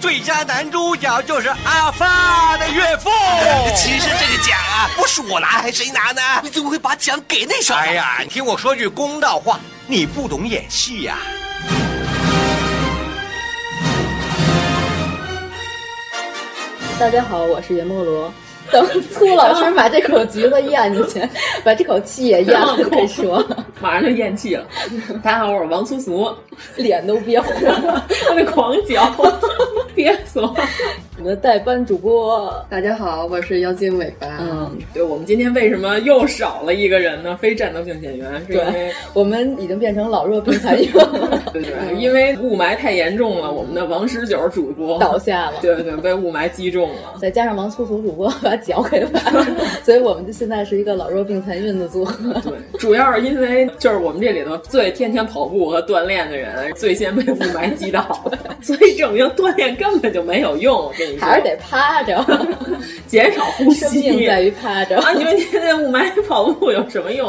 最佳男主角就是阿发的岳父。哎其实这个奖啊，不是我拿，还谁拿呢？你怎么会把奖给那小子？哎呀，你听我说句公道话，你不懂演戏呀、啊。大家好，我是袁梦罗。等苏老师把这口橘子咽进 去，把这口气也咽了再说，马上就咽气了。 大家好，我是王苏苏，脸都憋红 了，他那狂 嚼，憋死了。我们的代班主播，大家好，我是妖精尾巴。嗯，对，我们今天为什么又少了一个人呢？非战斗性演员，是因为我们已经变成老弱病残 孕了。对对，嗯、因为雾霾太严重了，我们的王十九主播倒下了。对对，被雾霾击中了。再加上王粗俗主播把脚给 崴了，所以我们现在是一个老弱病残孕的组合。对， 主要是因为就是我们这里头最天天跑步和锻炼的人，最先被雾霾击倒了， 所以证明锻炼根本就没有用。还是得趴着， 减少呼吸。生命在于趴着 啊！你们天天雾霾跑步有什么用？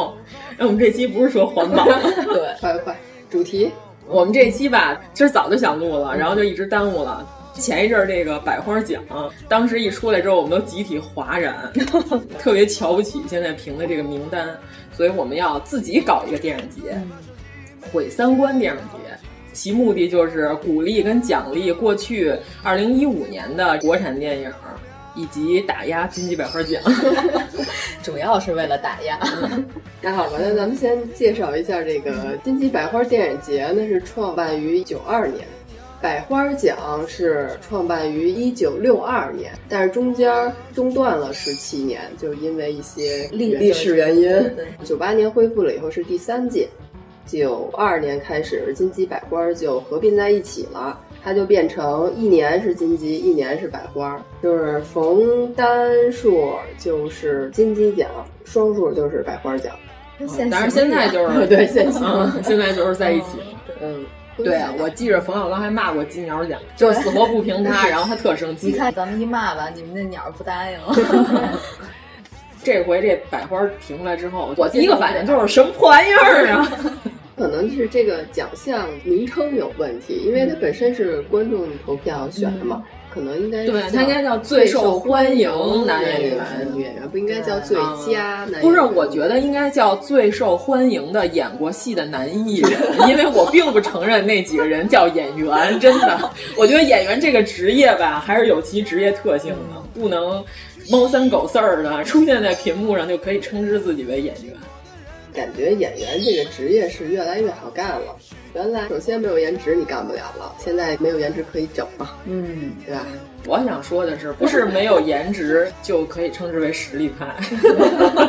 哎，我们这期不是说环保，对，快快主题。我们这期吧，其实早就想录嗯了，然后就一直耽误了。前一阵儿这个百花奖，当时一出来之后，我们都集体 哗然，特别瞧不起现在评的这个名单，所以我们要自己搞一个电影节，嗯、毁三观电影节。其目的就是鼓励跟奖励过去二零一五年的国产电影，以及打压金鸡百 花奖，主要是为了打压。那好吧，那咱们先介绍一下这个金鸡百花电影节，那是创办于九二年，百花奖是创办于一九六二年，但是中间中断了十七年，就因为一些历史原因。九八年恢复了以后是第三届。九二年开始，金鸡百花就合并在一起了，它就变成一年是金鸡，一年是百花，就是逢单数就是金鸡奖，双数就是百花奖。但是嗯现在就是 嗯对现行，现在就是在一起。嗯，对啊，我记着冯小刚还骂过金鸟奖，就是死活不评他，然后他特生气。 你看咱们一骂吧，你们那鸟不答应。这回这百花评出来之后，我第一个反应就是什么破玩意儿 啊！可能是这个奖项名称有问题，因嗯为它本身是观众投票选的嘛，嗯、可能应该对它应该叫最受欢迎男演员，女演员不应该叫最啊佳男演员。不是，我觉得应该叫最受欢迎的演过戏的男艺人，因为我并不承认那几个人叫演员，真的，我觉得演员这个职业吧，还是有其职业特性的，不能。猫三狗四儿的 出现在屏幕上，就可以称之自己为演员。感觉演员这个职业是越来越好干了。原来首先没有颜值你干不了了，现在没有颜值可以整了，嗯，对吧？我想说的是，不是没有颜值就可以称之为实力派？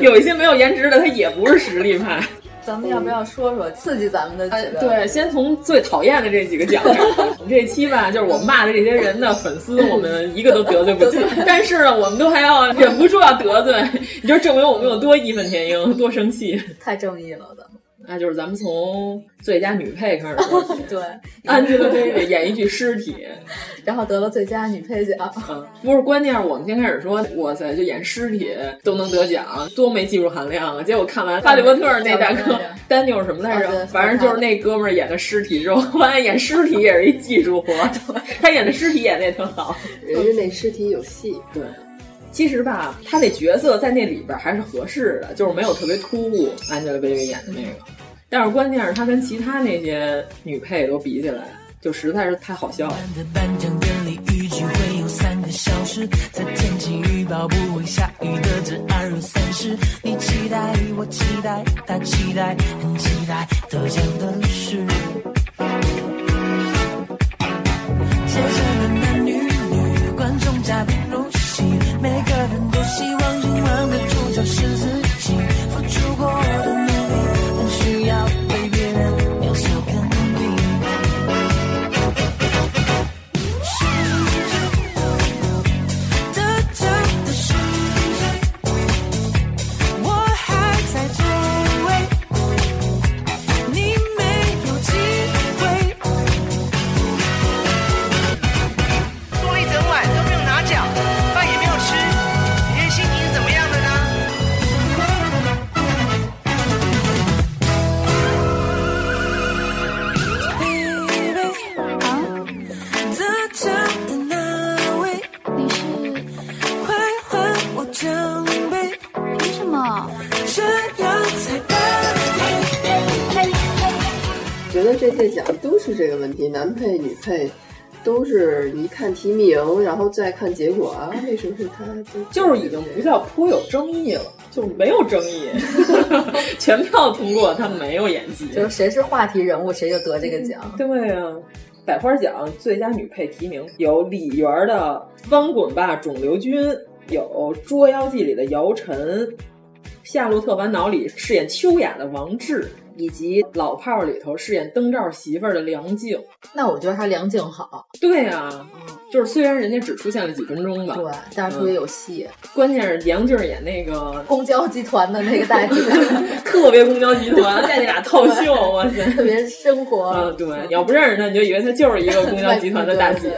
有一些没有颜值的，他也不是实力派。咱们要不要说说刺激咱们的哎几个、嗯？对，先从最讨厌的这几个讲。我们这期吧，就是我骂的这些人的粉丝，我们一个都得罪不起。但是呢，我们都还要忍不住要得罪，你就证明我们有多义愤填膺，多生气。太正义了，咱们。那就是咱们从最佳女配开始说 起。对，Angelababy 演一具尸体，然后得了最佳女配奖。嗯、不是，关键是我们先开始说，哇塞，就演尸体都能得奖，多没技术含量啊！结果看完《哈利波特》嗯那大哥丹尼尔什么来着，反正就是那哥们儿演的尸体之后， 发现演尸体也是一技术活， 他演的尸体演的也挺好，人家那尸体有戏。对。其实吧，他那角色在那里边还是合适的，就是没有特别突兀。Angelababy 演的那个，但是关键是她跟其他那些女配都比起来，就实在是太好笑了。到不会下雨的这二月三十，你期待我期待他期待很期待得奖的事。街上的男女女观众嘉宾如戏，每个人都希望今晚的主角是自己，付出过的努力很需要被别人秒速肯定。是得奖的事，我还在座位，你没有机会。坐一整晚都没有拿奖，饭也没有吃，你这心情是怎么样的呢？得奖的那位，你是快还我奖杯，凭什么？这样才对。觉得这届奖都是这个问题，男配女配都是一看提名，然后再看结果啊，为什么是他？就是已经不叫颇有争议了，就没有争议，全票通过，他没有演技。就是谁是话题人物，谁就得这个嗯奖。对呀、百花奖最佳女配提名有李媛儿的《翻滚吧肿瘤君》，有《捉妖记》里的姚晨，《夏洛特烦恼》里饰演秋雅的王志，以及《老炮儿》里头饰演灯罩媳妇儿的梁静。那我觉得还梁静好，对啊，就是虽然人家只出现了几分钟吧，对，但嗯是特别有戏。关键是杨静儿演那个 公交集团的那个大姐， 特别公交集团，带那俩套袖，啊我去，特别生活。嗯，对，你要不认识她，你就以为她就是一个公交集团的大姐。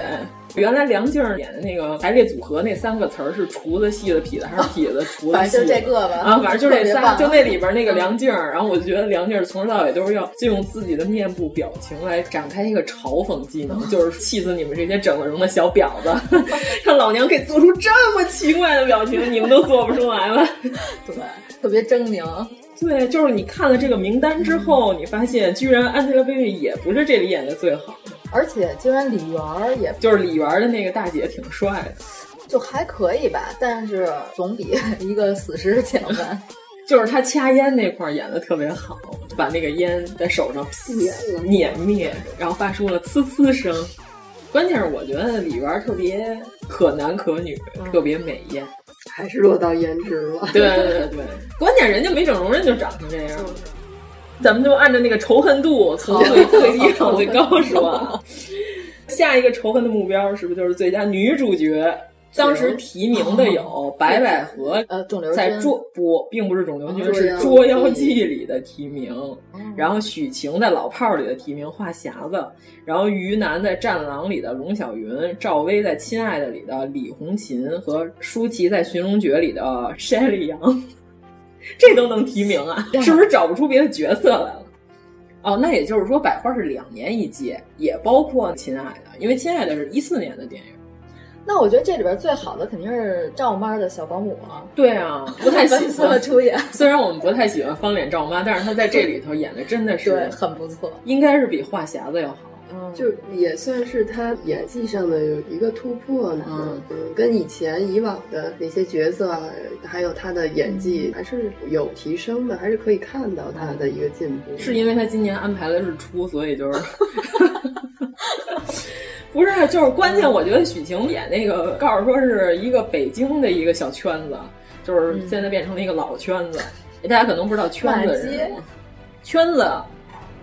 原来梁静儿演的那个排列组合那三个词儿是厨子系的痞子还是痞子厨子反系正就的？这个吧啊，反正就这特别棒嗯仨，就那里边那个梁静儿，然后我就觉得梁静儿从头到尾都是要就用自己的面部表情来展开一个嘲讽技能，就是气死你们这些整了容的小婊子， 让老娘可以做出这么奇怪的表情，你们都做不出来了。 对，特别狰狞。对，就是你看了这个名单之后，你发现居然 Angelababy 也不是这里演的最好的，而且竟然李媛儿也就是李媛儿的那个大姐挺帅的。就还可以吧，但是总比 一个死尸强吧。就是他掐烟那块儿演的特别好，把那个烟在手上呲碾灭，然后发出了呲呲声。关键是我觉得李媛儿特别可男可女，特别美艳。 还是落到颜值了。对对对，关键人家没整容，人就长成这样。咱们就按照那个仇恨度从最最低往最高说啊。下一个仇恨的目标是不是就是最佳女主角？当时提名的有白百合，呃，肿瘤在君捉不并不是肿瘤君，嗯是《捉捉妖妖记记》里的提名，然后许晴在《老炮儿》里的提名话匣子，然后于南在《战狼》里的龙小云，赵薇在《亲爱的》里的李红琴和舒淇在《寻龙诀》里的 Shelly 杨， 这都能提名啊？是不是找不出别的角色来了？哦，那也就是说，百花是两年一届，也包括《亲爱的》，因为《亲爱的》是一四年的电影。那我觉得这里边最好的肯定是赵妈的小保姆啊，对啊，不 太喜本色欢出演，虽然我们不太喜欢方脸赵妈，但是她在这里头演的真的是对，很不错。应该是比话匣子要好。嗯就也算是他演技上的有一个突破呢，嗯，跟以前以往的那些角色啊，还有他的演技嗯还是有提升的，还是可以看到他的一个进步。是因为她今年安排了日出，所以就是 不是就是关键？我觉得许晴演那个，告诉说是一个北京的一个小圈子，就是嗯现在变成了一个老圈子。大家可能不知道圈子是什满么，圈子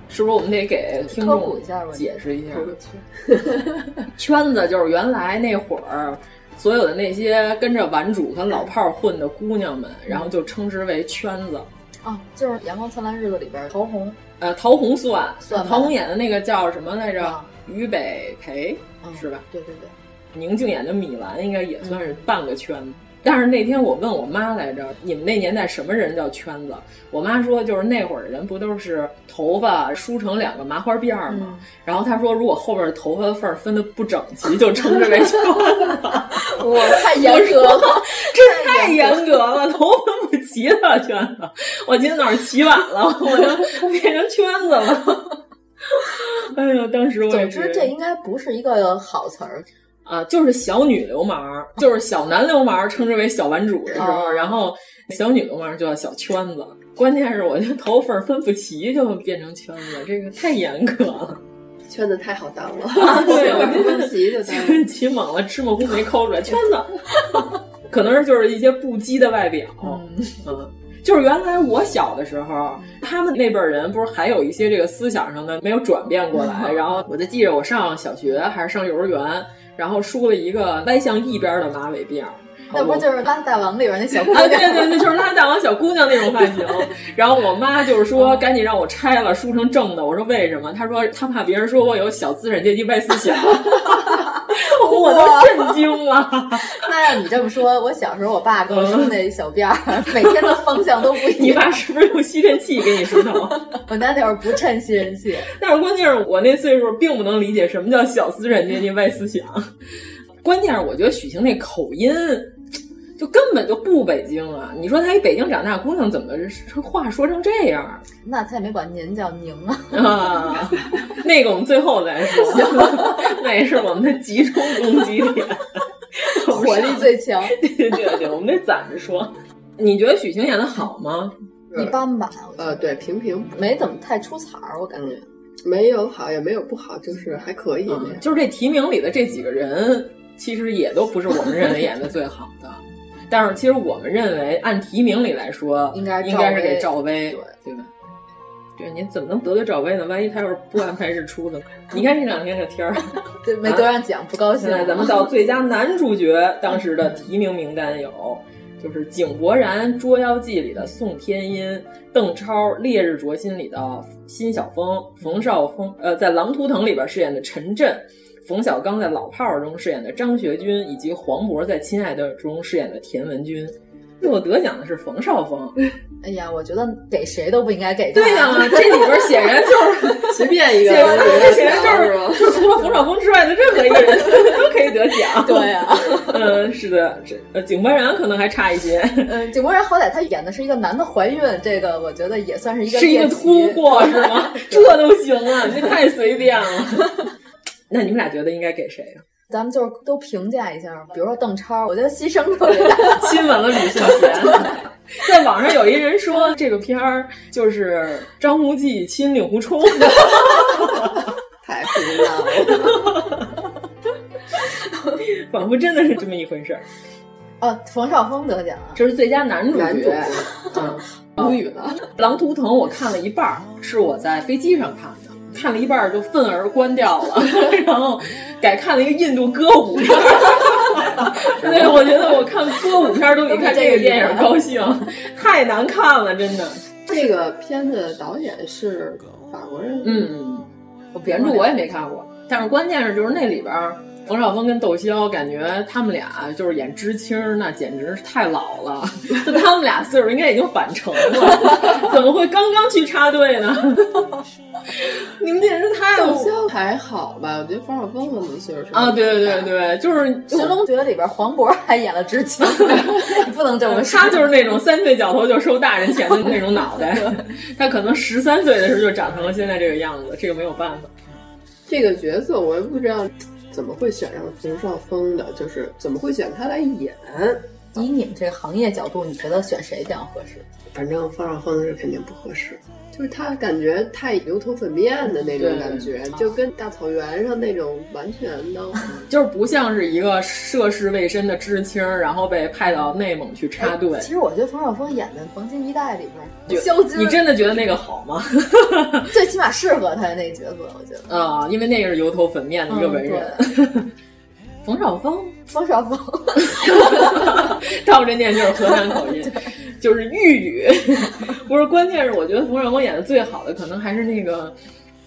是不是我们得给听科普众一下吧，解释一下？科普圈子就是原来那会儿，所有的那些跟着玩主跟老炮儿混的姑娘们，然后就称之为圈子。啊，就是《阳光灿烂日子》里边陶虹，呃，陶虹算，算吧陶虹演的那个叫什么来着？于北培嗯是吧？对对对，宁静演的米兰应该也算是半个圈子。但是那天我问我妈来着，你们那年代什么人叫圈子？我妈说就是那会儿的人不都是头发梳成两个麻花辫儿嗯吗？然后她说如果后边的头发缝儿分的不整齐，就称之为圈子。 我太严格了我说，这太严格了，头发不齐的圈子。我今天早上起晚了，我就变成圈子了。哎呀，当时我也总是之这应该不是一个好词儿。啊，就是小女流氓，就是小男流氓称之为小玩主的时候，哦然后小女流氓就叫小圈子。关键是我觉得头发分不齐就变成圈子，这个太严格了。圈子太好当 了，啊，对，我不分歧嗯就就当了。 是起猛了，芝麻糊没抠出来，圈子， 可能是就是一些不羁的外表，嗯。就是原来我小的时候，他们那辈儿人不是还有一些这个思想上的没有转变 过来。然后我就记着我上小学还是上幼儿园，然后梳了一个歪向一边的马尾辫儿，那不就是《邋遢大王》里边那小姑 啊，娘？对对对，就是拉大王小姑娘那种发型。然后我妈就是说，赶紧让我拆了，梳成正的。我说为什么？她说她怕别人说我有小资产阶级歪思 想。我都震惊了。 那要你这么说，我小时候我爸给我梳那小辫儿，每天的方向都 不一样。你爸是不是用吸尘器给你梳头？我那会儿不趁吸尘器， 但是关键是我那岁数并不能理解什么叫小资产阶级歪思想。关键是我觉得许晴那口音就根本就不北京啊！你说她一北京长大姑娘，怎么这话说成这样啊？那他也没管您叫宁 啊。啊， 那个我们最后再说， 那也是我们的集中攻击 点，火力最 强。对对对，我们得攒着说。你觉得许晴演的好吗？一般吧，呃，对，平平，嗯没怎么太出彩儿，我感觉。没有好也没有不好，就是还可以那样。就是这提名里的这几个人，其实也都不是我们认为演的最好的。但是其实我们认为，按提名里来说，应该赵应该是给薇赵薇，对吧？对，您怎么能得罪赵薇呢？万一她要是不安排日出 呢？你看这两天这天儿，对，嗯没得上奖，不高兴现。在咱们到最佳男主角当时的提名名单有，就是井柏然《捉妖记》里的宋天音，邓超《烈日灼心》里的辛晓峰，冯绍峰呃在《狼图腾》里边饰演的陈震，冯小刚在《老炮儿》中饰演的张学军，以及黄渤在《亲爱的》中饰演的田文军。最后得奖的是冯绍峰，哎呀，我觉得给谁都不应该给他。对呀、 这里边显然就是随便一个显人然这 显得奖是然吧就是就除了冯绍峰之外的任何一个人都可以得奖。对啊呀、 嗯，是的，这呃，井柏然可能还差一些，嗯，井柏然好歹他演的是一个男的怀孕，这个我觉得也算是一个是一个猎奇 突破是吗？这都行啊，你这太随便了。 那你们俩觉得应该给谁啊？ 咱们就是都评价一下吧，比如说邓超，我觉得牺牲特别大。 亲吻了吕秀贤。在网上有一人说这个片儿就是张无忌亲令狐冲， 太胡闹了。仿佛真的是这么一回事儿。哦，冯绍峰得奖啊了，这是最佳男主男主角。 嗯，无语了。《狼图腾》我看了一半儿，是我在飞机上看的，看了一半儿就愤而关掉了， 然后改看了一个印度歌舞片儿。 对，我觉得我看歌舞片儿都比看这个电影高兴，太难看了，真的。这个片子的导演是法国人，嗯，我原著我也没看过，但是关键是就是那里边儿冯绍峰跟窦骁，感觉他们俩就是演知青儿，那简直是太老了，就他们俩岁数应该已经返程了， 怎么会刚刚去插队呢？ 你们简直太窦骁还好吧？我觉得冯绍峰跟我们岁数差不多啊！对对对，就是《寻嗯龙诀》里边黄渤还演了知青， 你不能这么说。他就是那种三岁绞头就收大人钱的那种脑袋， 他可能十三岁的时候就长成了现在这个样子，这个没有办法。这个角色，我也不知道怎么会选上冯绍峰的，就是怎么会选他来演。以你们这个行业角度，你觉得选谁比较合适？反正冯绍峰是肯定不合适，就是他感觉太油头粉面的那种感觉，嗯就跟大草原上那种完全的。 就是不像是一个涉世未深的知青，然后被派到内蒙去插队。啊其实我觉得冯绍峰演的《黄金一代》里边，就肖军，你真的觉得那个 好吗？最起码适合他的那角色，我觉得。嗯啊、因为那个是油头粉面嗯的一个文人。嗯冯绍峰， 冯绍峰，照着念就是河南口 音，就是豫语。 不是，关键是我觉得冯绍峰演的最好的，可能还是那个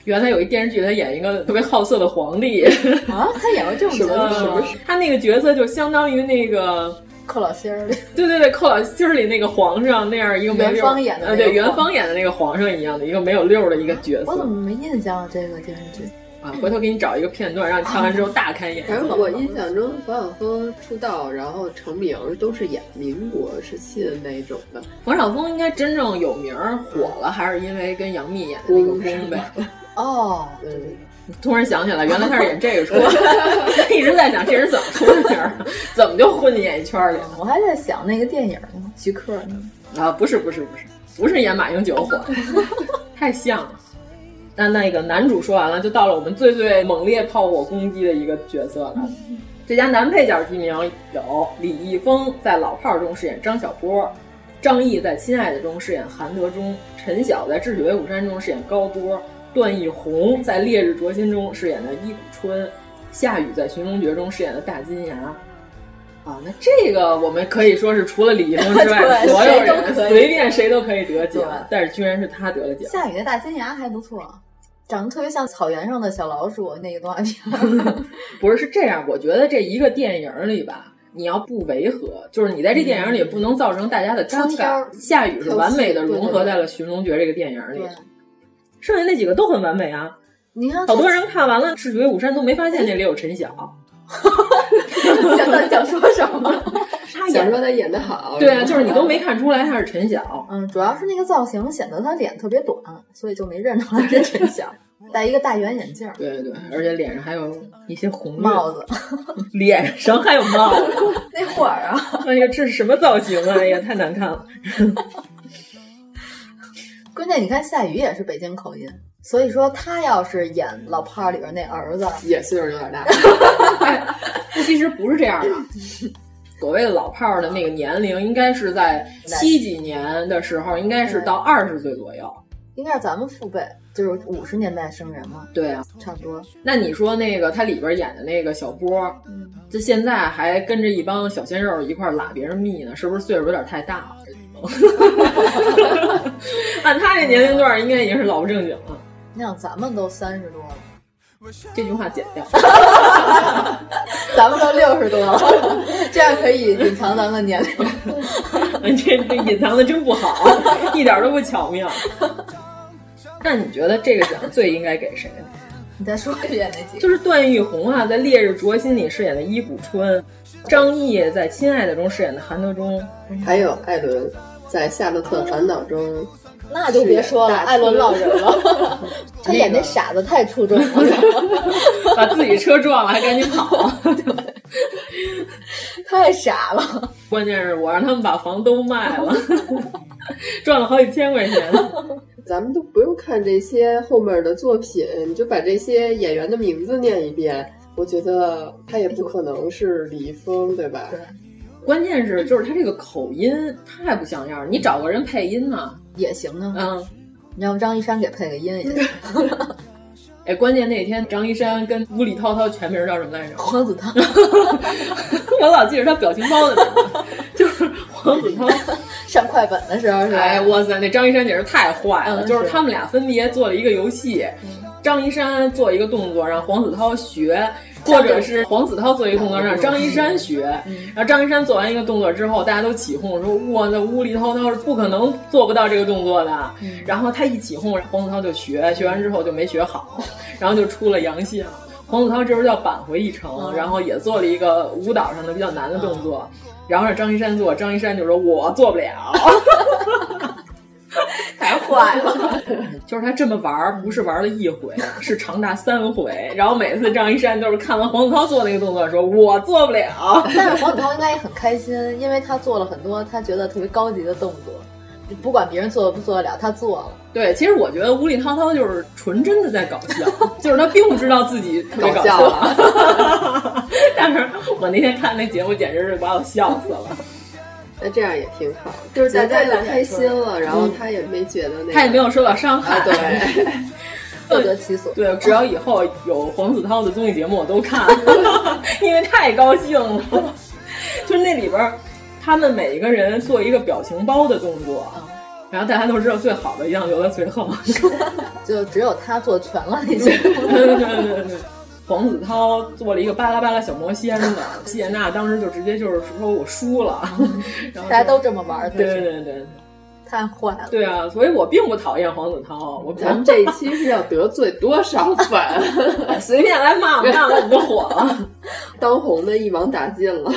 原来有一电视剧，他演一个特别好色的皇帝。啊，他演过这种角色嗯他那个角色就相当于那个寇老仙儿里，对对对，寇老心儿里那个皇上那样一个没有元芳演的那呃个对皇元芳演的那个皇上一样的一个没有溜儿的一个角我怎色么没印象啊？这个电视剧？啊！回头给你找一个片段，让你看完之后大开眼哦反正界。 我印象中，冯绍峰出道然后成名都是演民国时期的那种的，冯绍峰应该真嗯正有名儿火了，还是因为跟杨幂演的那个《宫》呗？哦，嗯，突然想起来，原来他是演这个出来 的，一直在想这人怎么出的名儿，怎么就混进演艺圈里了？我还在想那个电影呢，徐克呢。啊，不是不是不是，不是演马英九火，太像了。那那个男主说完了，就到了我们最最猛烈炮火攻击的一个角色了。嗯最佳男配角提名有李易峰在《老炮儿》中饰演张小波，张译在《亲爱的》中饰演韩德忠，陈晓在《智取威虎山》中饰演高波，段奕宏在《烈日灼心》中饰演的伊谷春，夏雨在《寻龙诀》中饰演的大金牙。啊，那这个我们可以说是除了李易峰之 外，对所有谁都人可以随便谁都可以得奖对，但是居然是他得了奖。夏雨那大金牙还不错，长得特别像草原上的小老鼠那个动画片。 不是，是这样，我觉得这一个电影里吧，你要不违和，就是你在这电嗯影里不能造成大家的尴出尬挑。夏雨是完美的挑戏对融合在了《寻龙诀》这个电影里对，剩下那几个都很完美啊。你看好多人看完了《智取威虎山》都没发现这里有陈晓， 想到底想说什么？他想说他演的哎好，对啊，就是你都没看出来他是陈晓。嗯，主要是那个造型显得他脸特别短，所以就没认出来是陈晓。 戴一个大圆眼镜，对对对，而且脸上还有一些红晕帽子， 脸上还有帽子。那会儿啊，哎呀，这是什么造型啊？哎呀，太难看了。关键你看夏雨也是北京口音，所以说他要是演《老炮儿》里边那儿子，也岁数有 点大。哎其实不是这样的。所谓的老炮儿的那个年龄，应该是在七几年的时候，应该是到二十岁左右。应该是咱们父辈，就是五十年代生人嘛，对啊，差不多。那你说那个他里边演的那个小波，嗯这现在还跟着一帮小鲜肉一块儿拉别人蜜呢，是不是岁数有点太大了？ 按他这年龄段，应该已经是老不正经了。你想咱们都三十多了，这句话剪掉。咱们都六十多了， 这样可以隐藏咱们的年龄。 这这隐藏的真不好，一点都不巧妙。那你觉得这个奖最应该给谁呢？你再说一遍那几个，就是段奕宏啊，在《烈日灼心》里饰演的伊谷春，张译在《亲爱的》中饰演的韩德忠， 还有艾伦在《夏洛特烦恼》中，那就别说了，是艾伦老人了，他演那傻子太出众了，把自己车撞了还赶紧跑。 太傻了。 关键是我让他们把房都卖了，赚了好几千块钱。 咱们都不用看这些后面的作品，你就把这些演员的名字念一遍。我觉得他也不可能是李易峰，对吧？关键是就是他这个口音太不像样儿，你找个人配音呢、也行啊。嗯，你让张一山给配个音也行，哎，关键那天张一山跟无理涛涛全名叫什么来着？ 黄子韬， 我老记着他表情包的名字， 就是黄子韬。上快本的时候是吧？哎，哇塞，那张一山简直太坏了！嗯就是是嗯他们俩分别做了一个游戏，张一山做一个动作让黄子韬学，或者是黄子韬做一个动作让张一山学。嗯然后张一山做完一个动作之后，大家都起哄说：“哇，那无厘头，那是不可能做不到这个动作的。嗯然后他一起哄，黄子韬就学，学完之后就没学好，然后就出了洋相。黄子韬这不叫扳回一城，嗯然后也做了一个舞蹈上的比较难的动作，然后让张一山做，张一山就说我做不了， 太坏了， 就是他这么玩儿，不是玩了一回，是长达三回。然后每次张一山都是看完黄子韬做那个动作，说我做不了。但是黄子韬应该也很开心，因为他做了很多他觉得特别高级的动作，不管别人做不做得了，他做了。对，其实我觉得无理滔滔就是纯真的在搞笑，就是他并不知道自己特别搞搞笑啊 但是我那天看那节目，简直是把我笑死了。那这样也挺好，就是大家都开心了，嗯然后他也没觉得那个，他也没有受到伤害，啊， 对，各得其所。对，只要以后有黄子韬的综艺节目，我都看， 因为太高兴了。就是那里边儿，他们每一个人做一个表情包的动作，啊然后大家都知道最好的一样留到最后。就只有他做全了那些。对对对对， 黄子韬做了一个巴拉巴拉小魔仙的，谢娜当时就直接就是说我输了，嗯然后大家都这么玩儿，对对对对太坏了。对啊，所以我并不讨厌黄子韬，我咱们这一期是要得罪多少粉？ 随便来骂我们，骂我们就火了。当红的一网打尽了，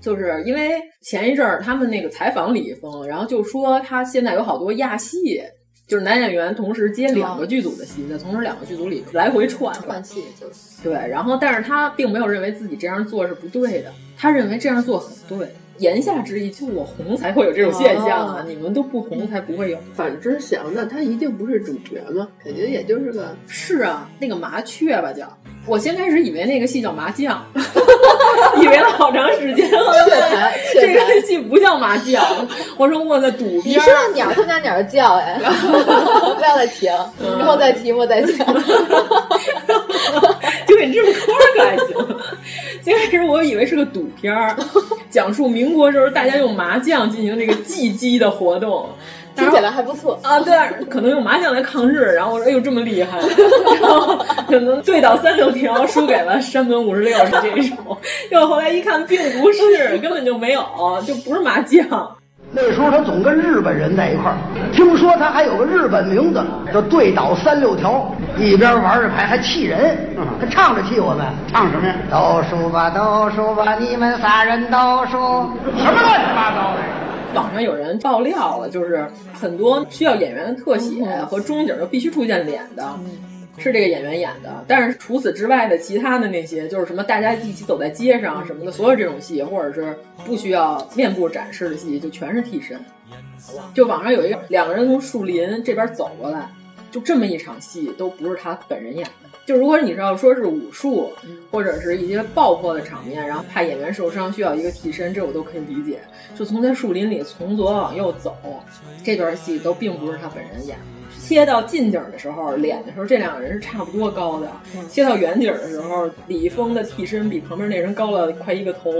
就是因为前一阵儿他们那个采访李易峰，然后就说他现在有好多亚戏，就是男演员同时接哦两个剧组的戏，在同时两个剧组里来回串 换戏，就是对。然后，但是他并没有认为自己这样做是不对的，他认为这样做很对。言下之意，就我红才会有这种现象啊！哦你们都不红才不会有。反之想，那他一定不是主角嘛，肯定也就是 个是啊，那个麻雀吧叫，我先开始以为那个戏叫麻将， 以为了好长时间。后来确 盘确这盘 个戏不叫麻将，我说我的赌你边说儿。啊到鸟，他们家鸟叫 哎，不要再停，嗯然后再提，我再讲。 就给你这么抠可还行。最开始我以为是个赌片儿，讲述民国时候大家用麻将进行这个祭鸡的活动。听起来还不错啊，对，可能用麻将来抗日，然后我说哎呦这么厉害，然后可能对倒三六条输给了山本五十六是这一种，又后来一看并不是，根本就没有，就不是麻将。那时候他总跟日本人在一块儿，听说他还有个日本名字，叫对倒三六条，一边玩着牌还气人，他唱着气我们，嗯唱什么呀？倒数吧，倒数吧，你们仨人倒数，什么乱七八糟的？网上有人爆料了，就是很多需要演员的特写和中景就必须出现脸的，是这个演员演的。但是除此之外的其他的那些，就是什么大家一起走在街上什么的，所有这种戏，或者是不需要面部展示的戏，就全是替身。就网上有一个两个人从树林这边走过来，就这么一场戏都不是他本人演的。就如果你是要说是武术，或者是一些爆破的场面，然后怕演员受伤需要一个替身，这我都可以理解。就从在树林里从左往右走，这段戏都并不是他本人演的。切到近景的时候，脸的时候，这两个人是差不多高的。嗯切到远景的时候，李易峰的替身比旁边那人高了快一个头，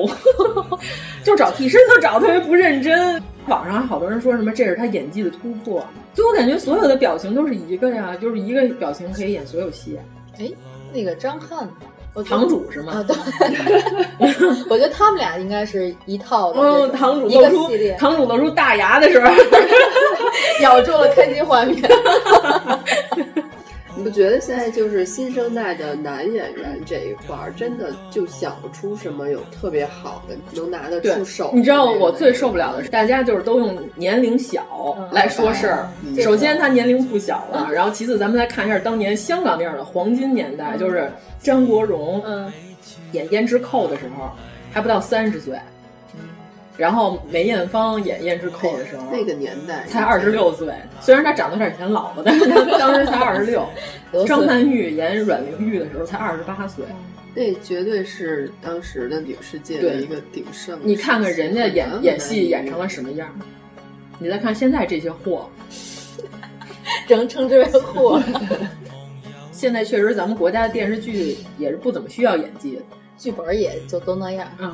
就找替身都找得特别不认真。网上还好多人说什么这是他演技的突破，就我感觉所有的表情都是一个呀，就是一个表情可以演所有戏。哎，那个张翰，我觉得堂主是吗？啊，对， 我觉得他们俩应该是一套的这种，嗯，堂主一个露出系列，堂主露出大牙的 时候，咬住了开心画面。 你不觉得现在就是新生代的男演员这一块儿，真的就想不出什么有特别好的能拿得对出手？你知道我最受不了的是，大家就是都用年龄小来说事儿。嗯首先，他年龄不小了，然后其次，咱们来看一下当年香港电影的黄金年代，就是张国荣嗯演《胭脂扣》的时候，还不到三十岁。然后梅艳芳演《胭脂扣》的时候，哎那个年代才二十六岁，虽然她长得有点显老了，但是她当时才二十 六。刘思张曼玉演阮玲玉的时候才二十八岁，那绝对是当时的影视界的一个鼎盛。你看看人家演很难演戏演成了什么样儿，你再看现在这些货，能称之为酷。现在确实咱们国家的电视剧也是不怎么需要演技，剧本也就都那样。嗯，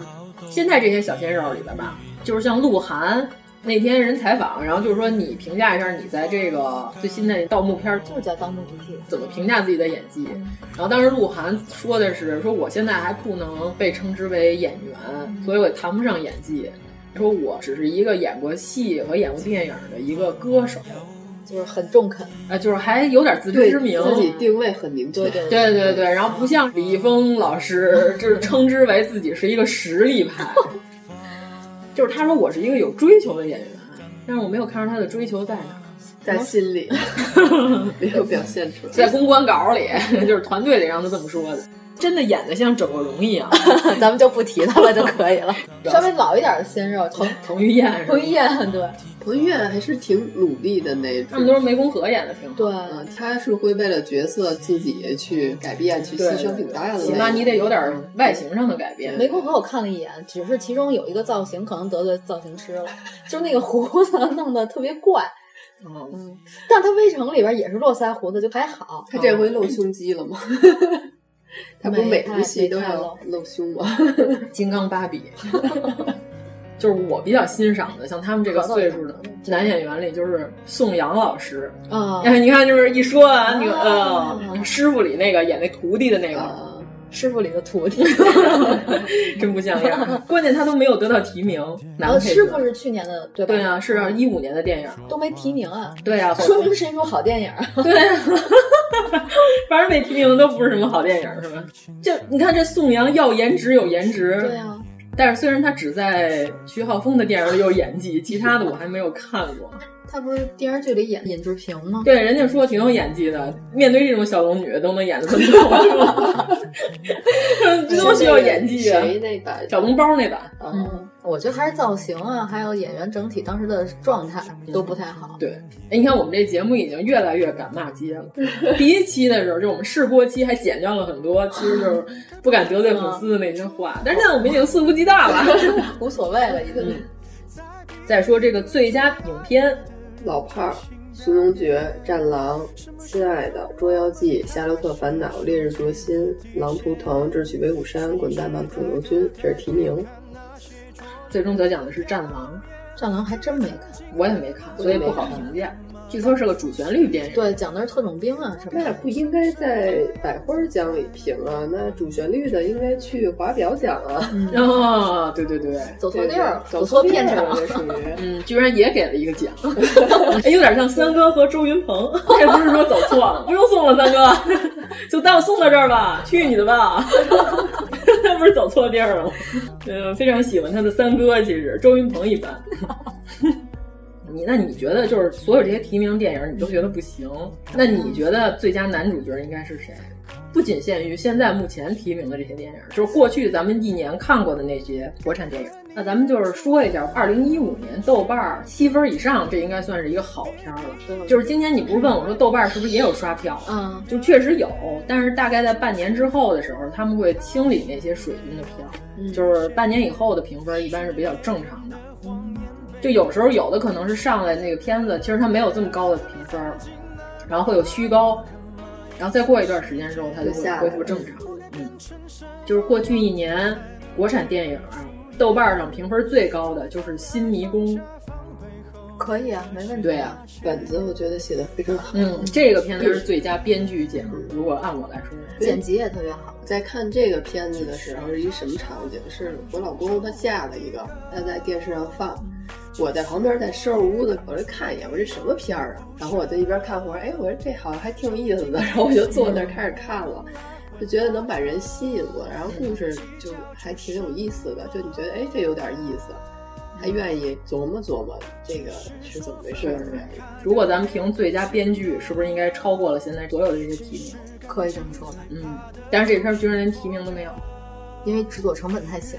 现在这些小鲜肉里边吧，就是像鹿晗。那天人采访，然后就是说你评价一下你在这个最新的盗墓片儿，就是叫《盗墓笔记》，怎么评价自己的演技？然后当时鹿晗说的是，说我现在还不能被称之为演员，所以我谈不上演技。说我只是一个演过戏和演过电影的一个歌手，就是很中肯，啊，就是还有点自知对之明，自己定位很明确。对对对对对，然后不像李易峰老师，就是称之为自己是一个实力派， 就是他说我是一个有追求的演员，但是我没有看出他的追求在哪儿，在心里没有表现出来。在公关稿里，就是团队里让他这么说的，真的演的像整过容啊一样， 咱们就不提他了就可以了。稍微老一点的鲜肉，彭彭于晏，彭于晏对，彭于晏还是挺努力的那种。他们都是湄公河演的挺好。对，嗯，他是会为了角色自己去改变、去对牺牲挺大的那种。起码你得有点外形上的改变。湄公河我看了一眼，只是其中有一个造型可能得罪造型师了，就是那个胡子弄得特别怪。嗯，但他《微城》里边也是络腮胡子，就还好。嗯他这回露胸肌了吗？他不是每嗯部戏都要露胸 吗？金刚 芭比，就是我比较欣赏的，像他们这个岁数的嗯男演员里，就是宋阳老师。啊哎， 你看，就是一说完，你哦呃，师傅里那个演那徒弟的那个，师傅里的徒弟，真不像样。关键他都没有得到提名，男呃，配角师傅是去年的对吧？对啊，是一五年的电影。都没提名啊。对啊，说明是一部好电影。反正被提名的都不是什么好电影，是吧？就你看这宋阳要颜值有颜值，对啊。但是虽然他只在徐浩峰的电影里有演技，其他的我还没有看过。他不是电视剧里演尹志平吗？对，人家说挺有演技的，面对这种小龙女都能演的这么好，这多需要演技啊！谁那版？小笼包那版。嗯，我觉得还是造型啊，还有演员整体当时的状态都不太好。对，哎，你看我们这节目已经越来越敢骂街了。第一期的时候，就我们试播期还剪掉了很多，其实就是不敢得罪粉丝的那些话，但是现在我们已经肆无忌惮了，嗯无所谓了，已经。再说这个最佳影片。老炮儿、寻龙诀、战狼、亲爱的、捉妖记、夏洛特烦恼、烈日灼心、狼图腾、智取威虎山、滚蛋吧肿瘤君，这是提名。最终得奖的是战狼《战狼》，《战狼》还真没看，我也没看，所以不好评价。据说是个主旋律电影，对，讲的是特种兵啊什么。那不应该在百花奖里评啊，那主旋律的应该去华表奖啊。啊， 对对对，走错地儿，走错片场，这属 于嗯，居然也给了一个奖， 哎有点像三哥和周云哦鹏，也 不是说走错了，不用送了，三哥， 就当送到这儿吧，去你的吧。 他不是走错地儿了吗？嗯，非常喜欢他的三哥，其实周云鹏一般。你那你觉得就是所有这些提名电影，你都觉得不行？那你觉得最佳男主角应该是谁？不仅限于现在目前提名的这些电影，就是过去咱们一年看过的那些国产电影。那咱们就是说一下，二零一五年豆瓣七分以上，这应该算是一个好片了。就是今天你不是问我说豆瓣是不是也有刷票？啊嗯，就确实有，但是大概在半年之后的时候，他们会清理那些水军的票，嗯、就是半年以后的评分一般是比较正常的。就有时候有的可能是上来那个片子，其实它没有这么高的评分，然后会有虚高，然后再过一段时间之后，它就会恢复正常。嗯，就是过去一年国产电影啊豆瓣上评分最高的就是《新迷宫》，可以啊，没问题。对呀、啊，本子我觉得写的非常好。嗯，这个片子是最佳编剧奖，如果按我来说，剪辑也特别好。在看这个片子的时候是一什么场景？是我老公他下了一个，他在电视上放。我在旁边在收拾屋子，我就看一眼，我这什么片儿啊？然后我在一边看，我说：“哎，我说这好像还挺有意思的。” 然后我就坐那儿开始看了，就觉得能把人吸引过来，然后故事就还挺有意思的。就你觉得，哎，这有点意思，还愿意琢磨琢磨这个是怎么回事。如果咱们评最佳编剧，是不是应该超过了现在所有的这些提名？可以这么说吧。嗯，但是这片居然连提名都没有，因为制作成本太小，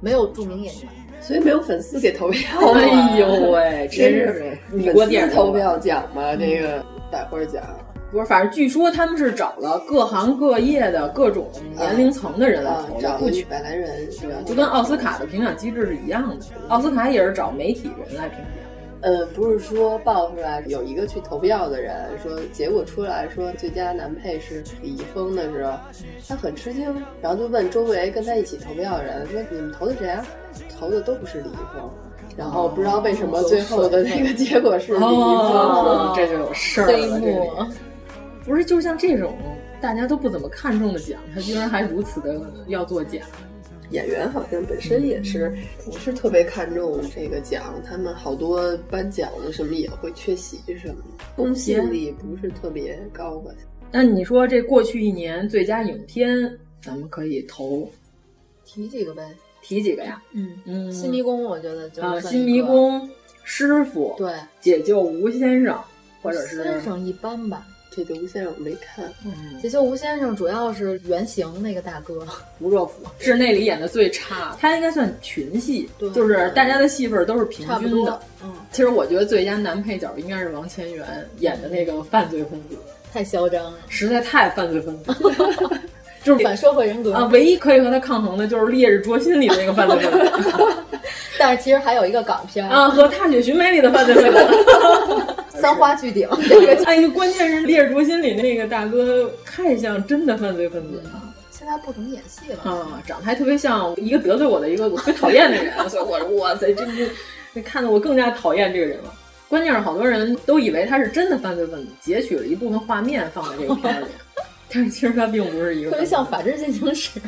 没有著名演员。所以没有粉丝给投票、啊，哎呦喂，真是米国电嗯影投票奖嘛，这个百花奖不是，反正据说他们是找了各行各业的各种年龄层的人来投票，不、啊、取、啊、百来人，对吧？就跟奥斯卡的评奖机制是一样的，奥斯卡也是找媒体人来评奖。呃，不是说爆出来有一个去投票的人说，结果出来说最佳男配是李易峰的时候，他很吃惊，然后就问周围跟他一起投票的人说：“你们投的谁啊？”投的都不是李易峰，然后不知道为什么最后的那个结果是李易峰，啊 哦、这就有事儿了。这不是，就像这种大家都不怎么看重的奖，他居然还如此的要作假。演员好像本身也是不是特别看重这个奖，他们好多颁奖的什么也会缺席什么的，公信力不是特别高吧？那你说这过去一年最佳影片，咱们可以投提几个呗？提几个呀？嗯嗯，新迷宫我觉得就啊，新迷宫师傅对解救吴先生，或者是先生一般吧。解救吴先生我没看，嗯，哦解救吴先生主要是原型那个大哥吴若甫是那里演的最差，他应该算群戏，对就是大家的戏份都是平均的。嗯，其实我觉得最佳男配角应该是王千源演的那个犯罪分子，太嚣张 了，实在太犯罪分子， 就是反社会人格啊。唯一可以和他抗衡的就是《烈日灼心》里的那个犯罪 分子，但是其实还有一个港片啊，和《踏雪寻梅》里的犯罪分子。三花聚 顶，这个 哎，关键是《烈日灼心》里那个大哥太像真的犯罪分子了。现在不怎么演戏了啊，长得还特别像一个得罪我的一个我特别讨厌的人，所以我说哇塞，真是看得我更加讨厌这个人了。关键是好多人都以为他是真的犯罪分子，截取了一部分画面放在这个 片里，但是其实他并不是一个特别像《法制进行时》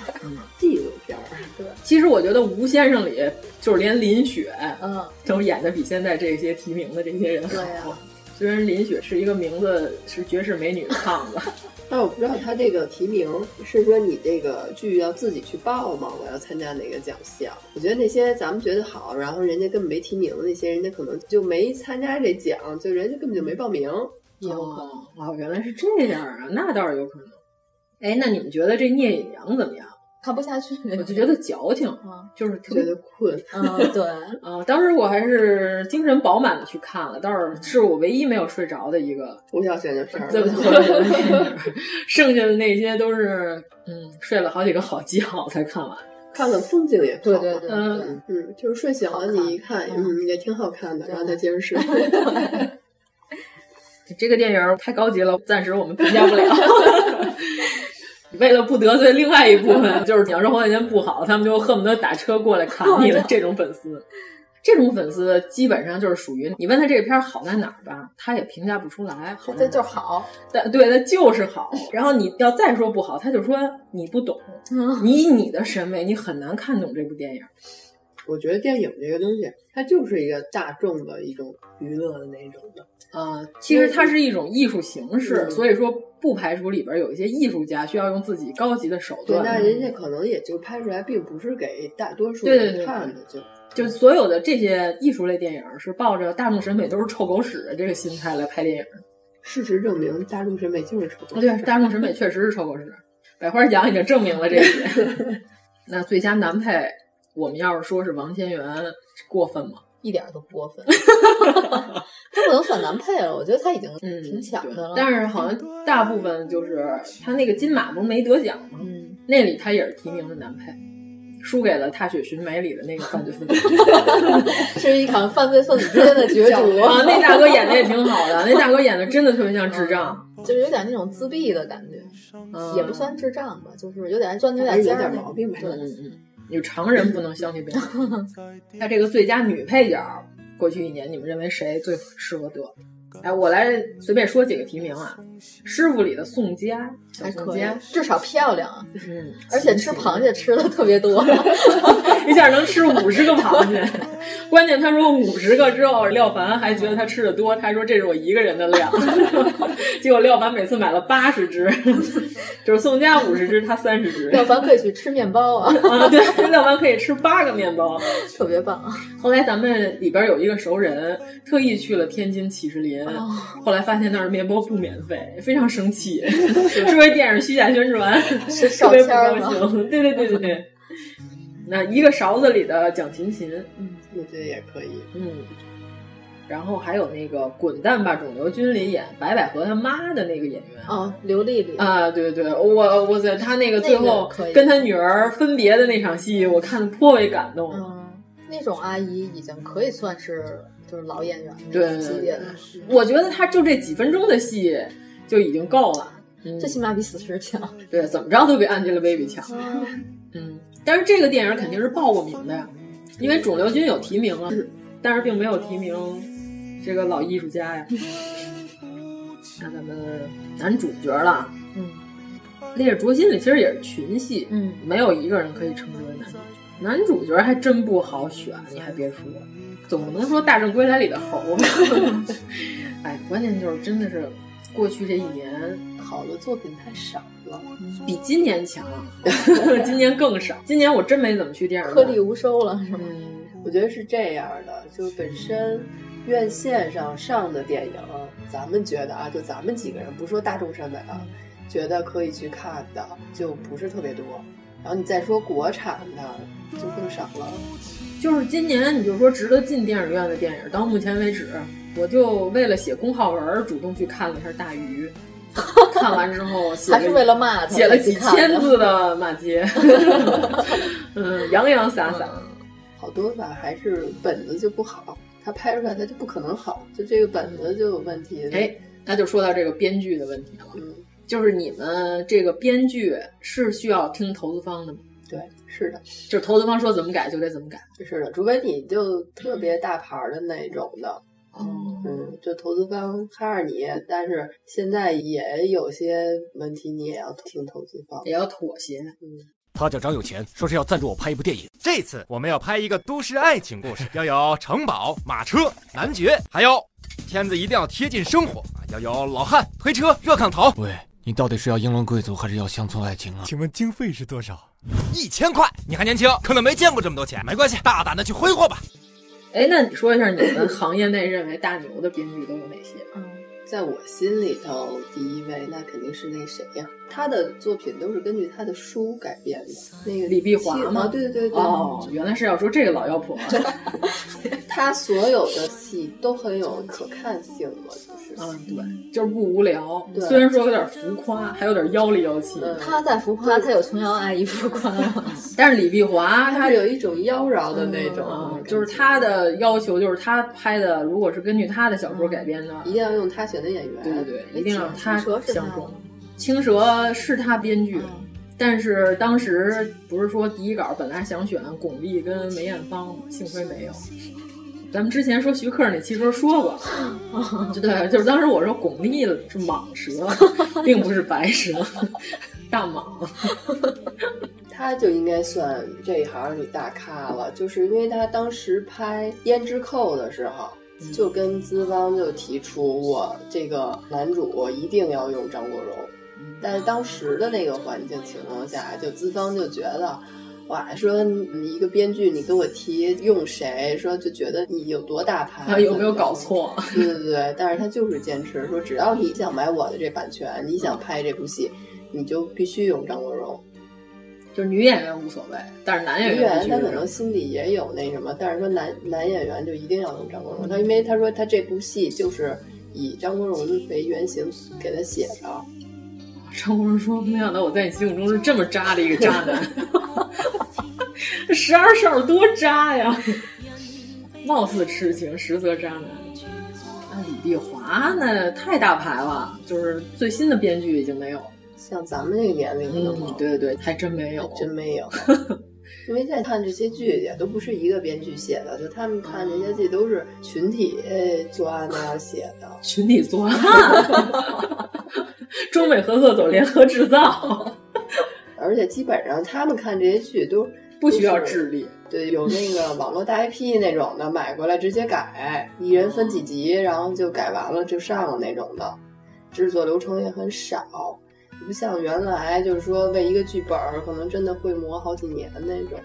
纪录片。对，其实我觉得《吴先生》里就是连林雪嗯都演的比现在这些提名的这些人好。对呀。啊虽然林雪是一个名字是绝世美女的胖 子，但我不知道他这个提名是说你这个剧要自己去报吗？我要参加哪个奖项？我觉得那些咱们觉得好，然后人家根本没提名的那些，人家可能就没参加这奖，就人家根本就没报名。嗯有哦，哦原来是这样啊，那倒是有可能。哎，那你们觉得这聂隐娘怎么样？看不下去，我就觉得矫情，就是特别 觉得困。嗯，对，啊，当时我还是精神饱满的去看了，倒是是我唯一没有睡着的一个胡小轩的事嗯儿，对不对？ 剩下的那些都是嗯，睡了好几个好觉才看完。 看了风景也对对对，嗯嗯，就是睡醒了你一看，嗯，也挺好看的，然后再接着睡。 这个电影太高级了，暂时我们评价不了。 为了不得罪另外一部分，就是你要说黄晓仙不好，他们就恨不得打车过来哦砍你了。这种粉丝，这种粉丝基本上就是属于你问他这片好在哪儿吧，他也评价不出来。好 这就是好，但对他就是好。然后你要再说不好，他就说你不懂，嗯你以你的审美，你很难看懂这部电影。我觉得电影这个东西，它就是一个大众的一种娱乐的那种的。啊、呃，其实它嗯是一种艺术形式，嗯、所以说不排除里边有一些艺术家需要用自己高级的手段。嗯对，那人家可能也就拍出来，并不是给大多数人看的，就就所有的这些艺术类电影是抱着大众审美都是臭狗屎的这个心态来拍电影。事实证明，大众审美就是臭哦狗屎。对， 大众审美确实是臭狗屎。百花奖已经证明了这 些。那最佳男配。我们要是说是王千源过分吗？一点都不过 分，他不能算男配了，我觉得他已经挺强的了、嗯。但是好像大部分就是他那个金马不是没得奖吗？嗯，那里他也是提名的男配，输给了《踏雪寻梅》里的那个犯罪 分子， 是一场犯罪分子之间的角逐啊。那大哥演的也 挺好的，那大哥演的真的特别像智障。就是有点那种自闭的感觉，嗯也不算智障吧，就是有点钻牛角嗯尖儿，有点毛病吧。嗯嗯，有常人不能相提并 论。那这个最佳女配角，过去一年你们认为谁最适合得？哎，我来随便说几个提名啊，《师傅》里的宋佳，还哎可以，至少漂亮啊，嗯，而且吃螃蟹吃的特别多， 嗯 一下能吃五十个螃蟹。关键他说五十个之后，廖凡还觉得他吃的多，他说这是我一个人的量。 结果廖凡每次买了八十只，就是宋佳五十只，他三十只。廖凡可以去吃面包啊，啊对，廖凡可以吃八个面包，特别棒。啊 后来咱们里边有一个熟人，特意去了天津起士林。哦后来发现那儿面包不免费，非常生 气，是不是电影虚假宣传？是特别不高兴。对对对对对。那一个勺子里的蒋勤勤，嗯，我觉得也可以。嗯。然后还有那个《滚蛋吧，肿瘤君》里演白百合他妈的那个演员哦啊，刘丽丽啊，对对对，我我在他那个最后跟他女儿分别的那场戏，我看的颇为感动。嗯，那种阿姨已经可以算是。就是老演员对级别的，我觉得他就这几分钟的戏就已经够了，嗯、最起码比死尸强。对，怎么着都比 Angelababy 强。嗯，但是这个电影肯定是报过名的呀，因为肿瘤君有提名啊，但是并没有提名这个老艺术 家呀。那咱们男主角了，嗯， 《烈日灼心》里其实也是群戏，嗯，没有一个人可以称之为男主角。男主角还真不好选，你还别说。总不能说《大圣归来》里的猴吧？ 哎，关键就是真的是过去这一年好的作品 太少了，比今年强， 今年更少。今年我真没怎么去电影，颗粒无收了，是吗？嗯，我觉得是这样的，就本身院线上上的电影，咱们觉得啊，就咱们几个人不说大众审美啊，嗯觉得可以去看的就不是特别多。然后你再说国产的，就更少了。就是今年，你就说值得进电影院的电影，到目前为止，我就为了写公号文，主动去看了一下《大 鱼》，看完之后写还是为了骂他，写了几千字的骂街， 嗯，洋洋洒洒，嗯好多吧，还是本子就不好，他拍出来他就不可能好，就这个本子就有问题。哎，那就说到这个编剧的问题了，嗯，就是你们这个编剧是需要听投资方的吗？对，是的，就是投资方说怎么改就得怎么改，是的，除非你就特别大牌的那种的，嗯,嗯，就投资方看着你，但是现在也有些问题，你也要听投资方，也要妥协，嗯。他叫张有钱，说是要赞助我拍一部电影。这次我们要拍一个都市爱情故事，要有城堡、马车、男爵，还有片子一定要贴近生活，啊要有老汉推车、热炕头。喂，你到底是要英伦贵族，还是要乡村爱情啊？请问经费是多少？一千块，你还年轻，可能没见过这么多钱，没关系，大胆的去挥霍吧。哎，那你说一下你们行业内认为大牛的编剧都有哪些？嗯，在我心里头，第一位那肯定是那谁呀、他的作品都是根据他的书改编的。那个李碧华七吗？啊对对对对。哦，原来是要说这个老妖婆。他所有的戏都很有可看性嘛，就是 嗯，对，就是不无聊。对嗯虽然说有点浮夸，还有点妖里妖气。他在浮夸，他有琼瑶阿姨浮夸吗？但是李碧华她啊有一种妖娆的那种，嗯就是她的要求，就是她拍的如果是根据她的小说改编的，一定要用他选的演员。对对对，一定让她青蛇是他嗯相中。青蛇是她编剧，但是当时不是说第一稿本来想选巩俐跟梅艳芳吗？幸亏没有。咱们之前说徐克那期时候说过，嗯就对，就是当时我说巩俐是蟒 蛇，并不是白蛇，大蟒。他就应该算这一行里大咖了，就是因为他当时拍《胭脂扣》的时候，嗯就跟资方就提出我这个男主我一定要用张国荣，嗯但是当时的那个环境情况下，就资方就觉得。哇，说你一个编剧，你跟我提用谁，说就觉得你有多大牌，啊有没有搞错？哎对对对，但是他就是坚持说，只要你想买我的这版权，你嗯想拍这部戏，你就必须用张国荣。就是女演员无所谓，但是男演演员员他可能心里也有那什么，但是说男男演员就一定要用张国荣，他因为他说他这部戏就是以张国荣为原型给他写的。张国荣说：“没想到我在你心目中是这么渣的一个渣男。”十二少多渣呀！貌似痴情，实则渣男。那李碧华那太大牌了，就是最新的编剧已经没有了。像咱们这个年龄的嘛嗯，对对对，还真没有，真没 有。因为在看这些剧也都不是一个编剧写的，就他们看这些剧都是群体呃作案那样写的。群体作案， 中美合作组联合制造，而且基本上他们看这些剧都不需要智力。对，有那个网络大 IP 那种的，买过来直接改，一人分几集，然后就改完了就上了那种的，制作流程也很少，不像原来就是说为一个剧本儿可能真的会磨好几年那种。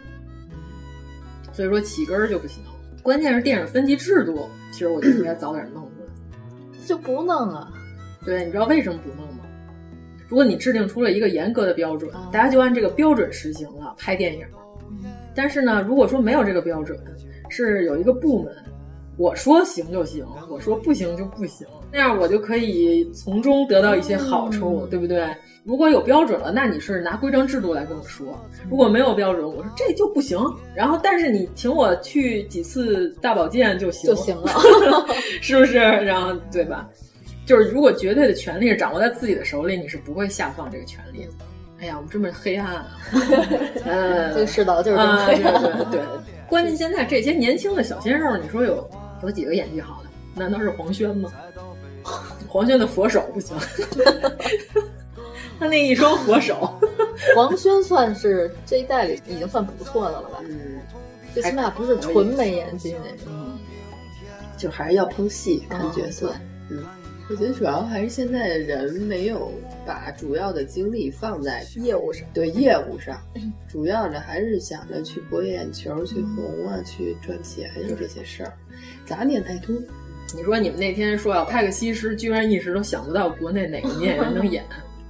所以说起根儿就不行。关键是电影分级制度，其实我就应该早点弄出来。就不弄啊了。对，你知道为什么不弄吗？如果你制定出了一个严格的标准，哦大家就按这个标准实行了拍电影。嗯但是呢，如果说没有这个标准，是有一个部门，我说行就行，我说不行就不行，那样我就可以从中得到一些好嗯处，对不对？如果有标准了，那你是拿规章制度来跟我说；如果没有标准，我说这就不行。然后，但是你请我去几次大保健就行就行了， 是不是？然后对吧？就是如果绝对的权利是掌握在自己的手里，你是不会下放这个权利的。哎呀，我们这么黑暗 啊！嗯，对，是嗯哦的，就是这么啊回事。对对对，关键现在这些年轻的小鲜肉，你说有有几个演技好的？难道是黄轩 吗？黄轩的佛手不行， 他那一双佛手，黄轩算是这一代里已经算不错的了吧？嗯，最起码不是纯没演技那种。就还是要碰戏看角色嗯。嗯，哦我觉得主要还是现在的人没有把主要的精力放在业务上，对业务 上，主要的还是想着去博眼球、去红啊、去赚钱就这些事儿，杂念太多。你说你们那天说要拍个西施，居然一时都想不到国内哪个女演员能演。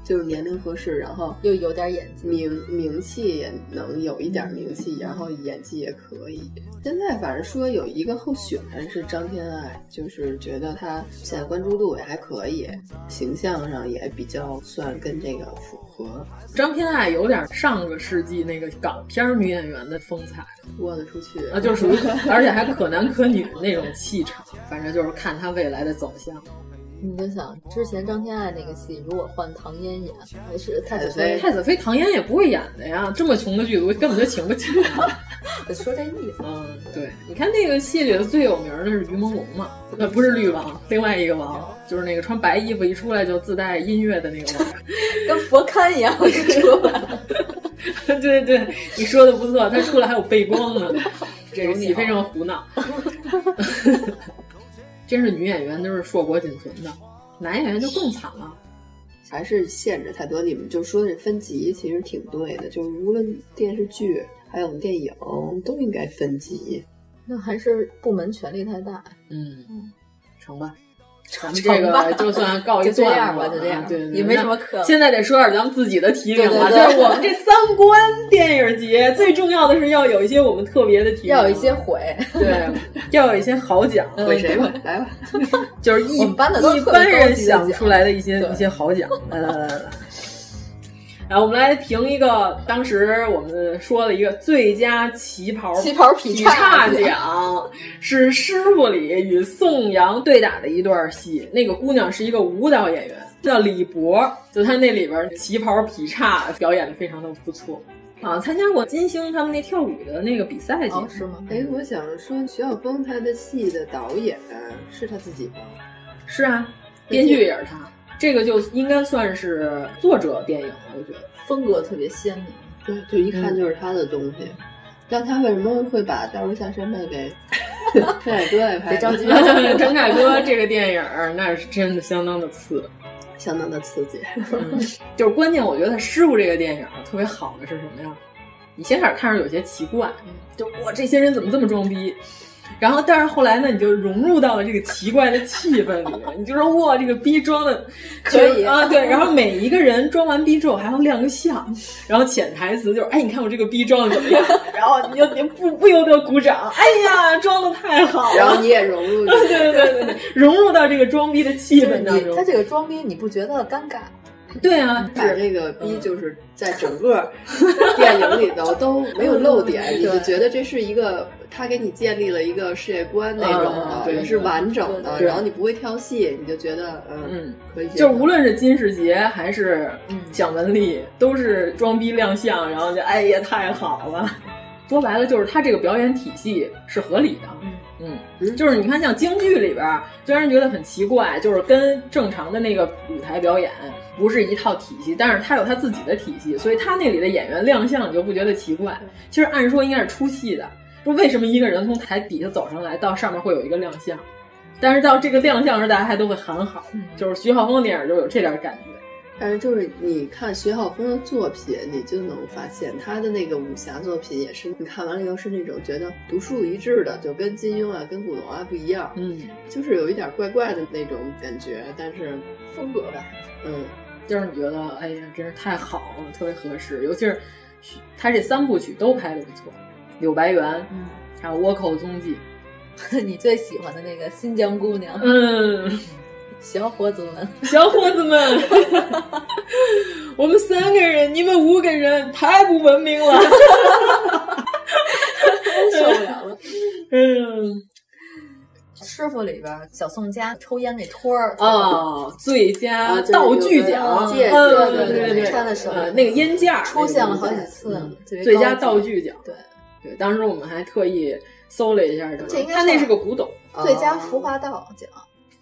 就是年龄合适，然后又有点演技，名名气也能有一点名气，然后演技也可以。现在反正说有一个候选人是张天爱，就是觉得她现在关注度也还可以，形象上也比较算跟这个符合，张天爱有点上个世纪那个港片女演员的风采，豁得出去啊，就是 属于，而且还可男可女那种气场。反正就是看她未来的走向。你就想之前张天爱那个戏，如果换唐嫣演，还是太子太妃，子妃唐嫣也不会演的呀，这么穷的剧组根本就请不起。得说这意思。嗯，对，你看那个戏里头最有名的是于朦胧嘛，呃，不是绿王，另外一个王，就是那个穿白衣服一出来就自带音乐的那个王，跟佛龛一样出来。 对对，你说的不错，他出来还有背光 呢，这个戏非常胡闹。真是女演员都是硕果仅存的，男演员就更惨了。还是限制太多。你们就说的分级其实挺对的，就是无论电视剧还有电影都应该分级。那还是部门权力太大。嗯，成吧。咱们这个就算告哦一段落 啊吧，就这样吧，对，对也没什么可。现在得说点咱们自己的提名了，对对对就是我们这三观电影节最重要的是要有一些我们特别的提名，啊要有一些嗯悔， 对，要有一些好奖，毁谁吧，来吧，就是一我们班的都一是特别般人高级的想出来的一些奖一些 好奖，来来来来。然后我们来评一个，当时我们说了一个最佳旗袍旗袍劈劈叉叉奖，是师傅里与宋阳对打的一段戏。那个姑娘是一个舞蹈演员，叫李博，就她那里边旗袍劈叉表演的非常的不错。啊，参加过金星他们那跳舞的那个比赛节目、哦是吗？哎，我想说，徐晓峰他的戏的导演是他自己吗？是啊，编剧也是他，这个就应该算是作者电影了，我觉得。风格特别鲜明。嗯对，就一看就是他的东西。那他为什么会把《道士下山》卖 给 陈凯歌来拍？别着 急 陈凯歌这个电影儿那是真的相当的次，相当的刺激。就是关键，我觉得师傅这个电影儿特别好的是什么呀？你先开始看着有些奇怪，嗯就哇这些人怎么这么装逼？然后，但是后来呢，你就融入到了这个奇怪的气氛里，你就说哇，这个逼 装的可以啊，对。然后每一个人装完逼之后还要亮个相，然后潜台词就是哎，你看我这个逼装的怎么样？ 然后你就你不不由得鼓掌，哎呀，装的太好了。然后你也融入进去 对对对对对，融入到这个装逼的气氛当中。他这个装逼，你不觉得尴尬？对啊，把这个逼就是在整个 电影里头都没有漏嗯点，你就觉得这是一个他给你建立了一个世界观那种嗯的，对也是完整的，对然后你不会挑戏，你就觉得嗯可以接就受，是无论是金世杰还是蒋雯丽，都是装逼亮相，然后就哎呀太好了。说白了就是他这个表演体系是合理的，嗯就是你看像京剧里边儿，虽然觉得很奇怪，就是跟正常的那个舞台表演不是一套体系，但是他有他自己的体系，所以他那里的演员亮相你就不觉得奇怪。其实按说应该是出戏的，说为什么一个人从台底下走上来到上面会有一个亮相？但是到这个亮相时，大家还都会喊好，嗯就是徐浩峰电影就有这点感觉。但是就是你看徐浩峰的作品，你就能发现他的那个武侠作品也是，你看完了以后是那种觉得独树一帜的，就跟金庸啊、跟古龙啊不一样，嗯，就是有一点怪怪的那种感觉，但是风格吧，嗯，就是你觉得，哎呀，真是太好了，特别合适。尤其是徐他这三部曲都拍的不错，《柳白猿》，还有《倭寇踪迹》，嗯 你最喜欢的那个新疆姑娘，嗯，小伙子们，小伙子们， 我们三个人，你们五个人太不文明了，受不了了。嗯，师傅里边小宋佳抽烟那托儿哦，最啊佳就是道具有的奖，戒指嗯对对对对对，穿的手呃那个烟架儿出现了好那几个东西次嗯，特别最佳高级道具奖，对对，当时我们还特意搜了一下，这应该他那算是个古董，哦最佳服化道奖，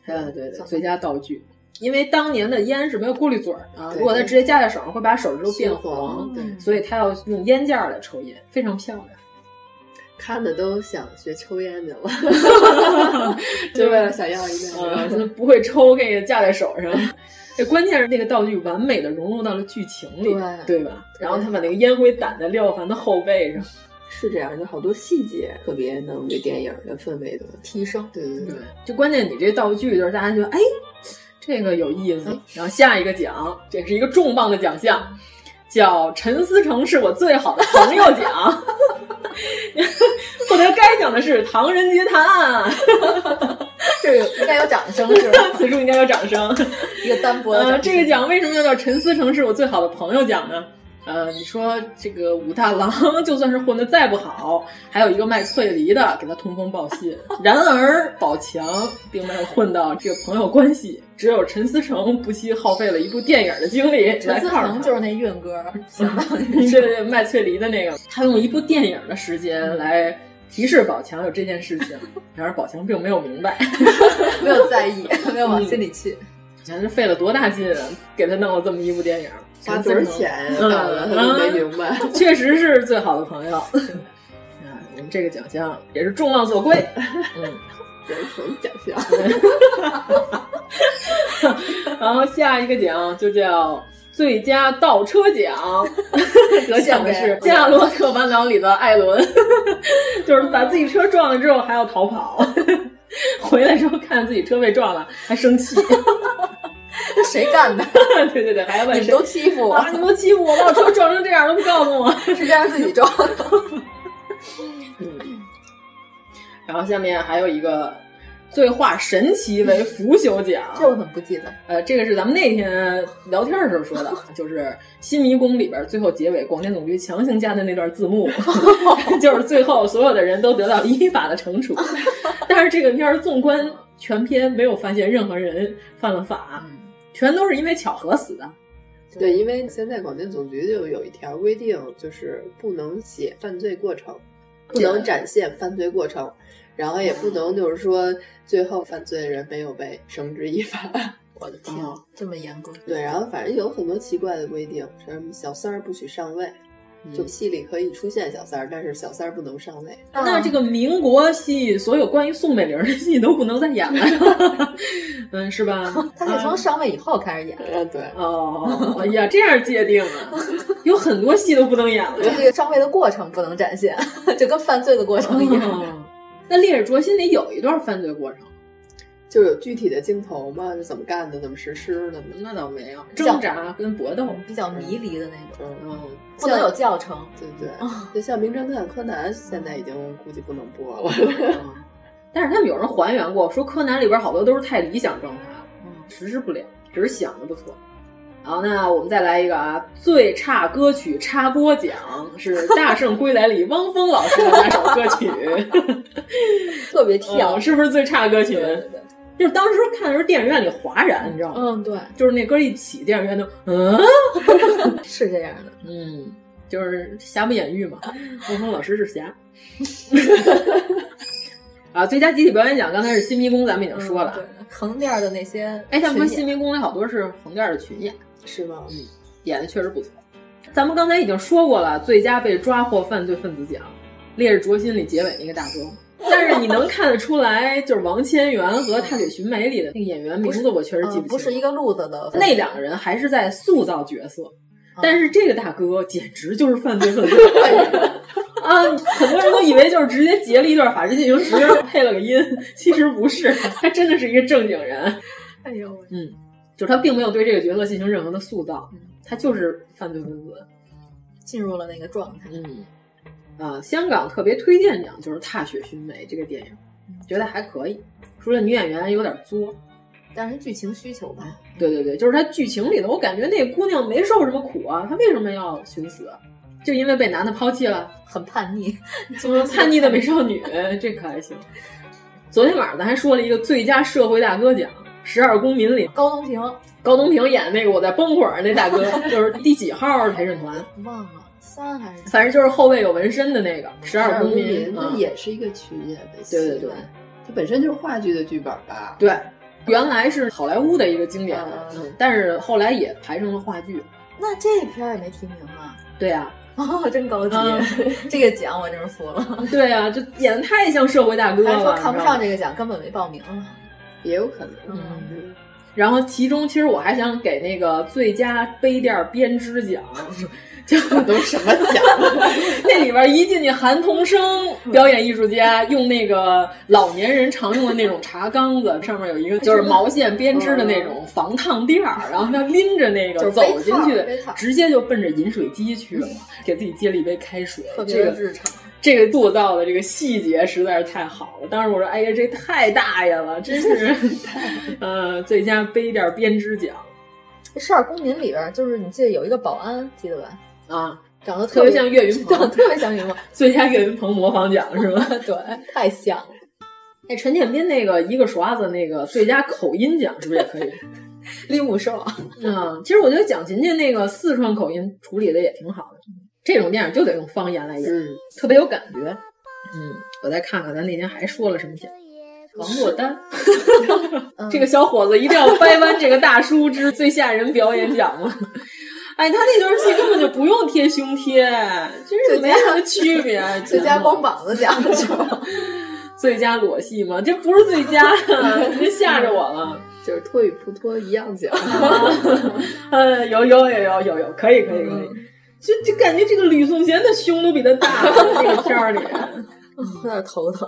嗯，对对，最佳道具。因为当年的烟是没有过滤嘴儿的，对如果它直接夹在手上，会把手指头变黄嗯黄，对所以他要用烟架儿来抽烟，非常 漂亮。看的都想学抽烟去了， 就为了想要一呃，个。他不会抽，这个架在手上。 这关键是那个道具完美的融入到了剧情里，对吧？然后他把那个烟灰掸在廖凡的后背上，是这样，就好多细节特别能对电影的氛围的提升。对对对，就关键你这道具就是大家觉得哎，这个有意嗯思。然后下一个奖，这是一个重磅的奖项，叫陈思诚是我最好的朋友 奖。获得该奖的是《唐人街 探案》，这有应该有掌声是吧？ 此处应该有掌声。一个 单薄的掌呃，声这个奖为什么要叫陈思诚是我最好的朋友奖呢？呃，你说这个武大郎 就算是混得再不好，还有一个卖脆梨的给他通风报信。然而宝强并没有混到这个朋友关系，只有陈思诚不惜耗费了一部电影的精力来陈思看他诚就是那韵歌， 想到对对对，卖脆梨的那个，他用一部电影的时间来提示宝强有这件事情，然而宝强并没有明白， 没有在意，没有往心里去。简直费了多大劲给他弄了这么一部电影。嗯花多少钱搞的，嗯他都没明 白。确实是最好的朋友。 啊，我们这个奖项也是众望所归。嗯，这是什么奖项？然后下一个奖就叫最佳倒车 奖，得奖的是《夏洛特烦恼》里的艾伦， 就是把自己车撞了之后还要逃跑， 回来之后看自己车被撞了还 生气。谁干 的？对对对，还要问你们都欺负我 啊！你们都欺负我，把我车撞成这样都不告诉我，是 这样自己撞的。嗯，然后下面还有一个。最化神奇为腐朽奖， 这我怎么不记得？呃，这个是咱们那天聊天的时候说 的，啊就是《新迷宫》里边最后结尾，广电总局强行加的那段字 幕，就是最后所有的人都得到依法的 惩处。但是这个片儿纵观全片，没有发现任何人犯了法，全都是因为巧合死的。嗯对，因为现在广电总局就有一条规定，就是不能写犯罪过程，不能展现犯罪过程。然后也不能就是说，最后犯罪的人没有被绳之以法。 嗯我的天，这么严格？对，然后反正有很多奇怪的规定，什么小三儿不许上位，嗯就戏里可以出现小三儿，但是小三儿不能上位。那这个民国戏，所有关于宋美龄的戏都不能再演 了，嗯，是吧？他是从上位以后开始演，嗯， 对。哦，哎呀，这样界定 啊，有很多戏都不能演了。就这个上位的过程不能展现， 就跟犯罪的过程一嗯样。哦 那《烈日灼心》里有一段犯罪过程，就有具体的镜头嘛，就怎么干的，怎么实施的嘛。那倒没有，挣扎跟搏斗比较迷离的那种，嗯，不能有教程。对对，哦就像《名侦探柯南》，现在已经估计不能播哦了。嗯但是他们有人还原过，说柯南里边好多都是太理想状态了，嗯实施不了，只是想的不错。好，那我们再来一个啊，最差歌曲插播奖是《大圣归来》里汪峰老师的那首歌曲， 特别跳，嗯是不是最差歌曲？就是当时看的时候，电影院里哗然，你知道吗？嗯，对，就是那歌一起，电影院就嗯， 是这样的。嗯，就是瑕不掩瑜嘛。汪峰老师是 瑕。 啊，最佳集体表演奖刚才是《新迷宫》，咱们已经说了。嗯啊横店儿的那些，哎，他们说《新民迷宫》里好多是横店儿的群演，是吗？嗯，演的确实不错。咱们刚才已经说过了，最佳被抓获犯罪分子奖，《烈日灼心》里结尾那个大哥。 但是你能看得出来，就是王千源和《踏雪寻梅》里的那个演员名字，我确实记嗯不不是清。一个路子嗯的那两个人还是在塑造角色，但是这个大哥简直就是犯罪 分子啊！很多人都以为就是直接截了一段《法制进行时》配了个音，其实不是，他真的是一个正经人。哎呦喂，嗯，就是他并没有对这个角色进行任何的塑造，他就是犯罪分子。嗯进入了那个状态。嗯，啊，香港特别推荐奖就是《踏雪寻梅》这个电影，嗯觉得还可以，除了女演员有点作。但是剧情需求吧，对对对，就是他剧情里头，我感觉那姑娘没受什么苦啊，她为什么要寻死？就因为被男的抛弃了，很叛逆，怎么叛逆的美 少女，这可还行。昨天晚上咱还说了一个最佳社会大哥奖，《十二公民》里高东平高东平演那个我在崩会儿那大哥，就是第几号陪审团，忘了三还是反正就是后背有纹身的那个十二公公民，那嗯也是一个群演的戏，对对对，它本身就是话剧的剧本吧？对，原来是好莱坞的一个经典啊，嗯，但是后来也排成了话剧。那这片儿也没提名啊。对呀、哦，真高级！嗯这个奖我真是服了。 对呀、就演的太像社会大 哥还了，说看不你知道上吗这个奖，根本没报名。也有可能。嗯，然后其中其实我还想给那个最佳杯垫编织奖， 就都什嗯么奖？ 那里边一进去，韩童生表演艺术家嗯用那个老年人常用的那种茶缸子，上面有一个就是毛线编织的那种防烫垫儿，然后他拎着那嗯就个是走杯套进去杯套，直接就奔着饮水机去 了，给自己接了一杯开水， 特别这的个日常。这个塑造的这个细节实在是太好了。当时我说，哎呀，这太大爷了，真是，呃，最佳杯垫编织奖这十二公民里边儿，就是你记得有一个保安，记得吧？啊，长得特别像岳云鹏长得特别像岳云鹏，最佳岳云鹏模仿奖是吗？ 对，太像了。那陈建斌那个一个刷子那个最佳口音奖是不是也 可以？利姆兽，嗯，其实我觉得蒋勤勤那个四川口音处理的也挺好的，这种电影就得用方言来演，嗯特别有感觉。嗯，我再看看咱那天还说了什么奖。王珞 丹，这个小伙子一定要掰弯这个大叔之最吓人表演奖吗？哎，他那段戏根本就不用贴胸贴，真是没什么区别。最嗯佳光膀子奖 是 吗？最佳裸戏吗？这不是最佳，你这吓着我了。就是脱与不脱一样奖。呃，有有有有有有，可以可以可以。就就感觉这个吕颂贤的胸都比他大，那个片儿里。有点头 疼，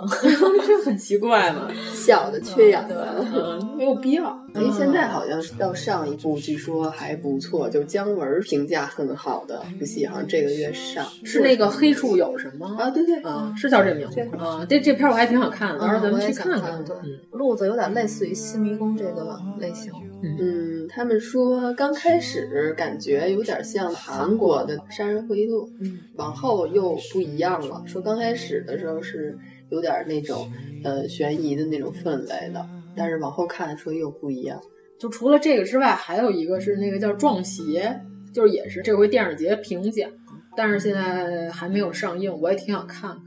这很奇怪嘛。小的缺氧的，嗯，没有必要。哎，现嗯在好像到上一部，据说还不错，就姜文评价很好的一部戏，好像这个月上。嗯是那个黑处有什么啊？对对啊啊，是叫这名字啊。这这片我还挺想看的，到时候咱们啊去看嗯看。对，路子有点类似于《新迷宫》这个类型。嗯，他们说刚开始感觉有点像韩国的《杀人回忆录》，往后又不一样了。说刚开始的时候是有点那种呃悬疑的那种氛围的，但是往后看说又不一样。就除了这个之外，还有一个是那个叫《撞邪》，就是也是这回电影节评奖，但是现在还没有上映，我也挺想看看。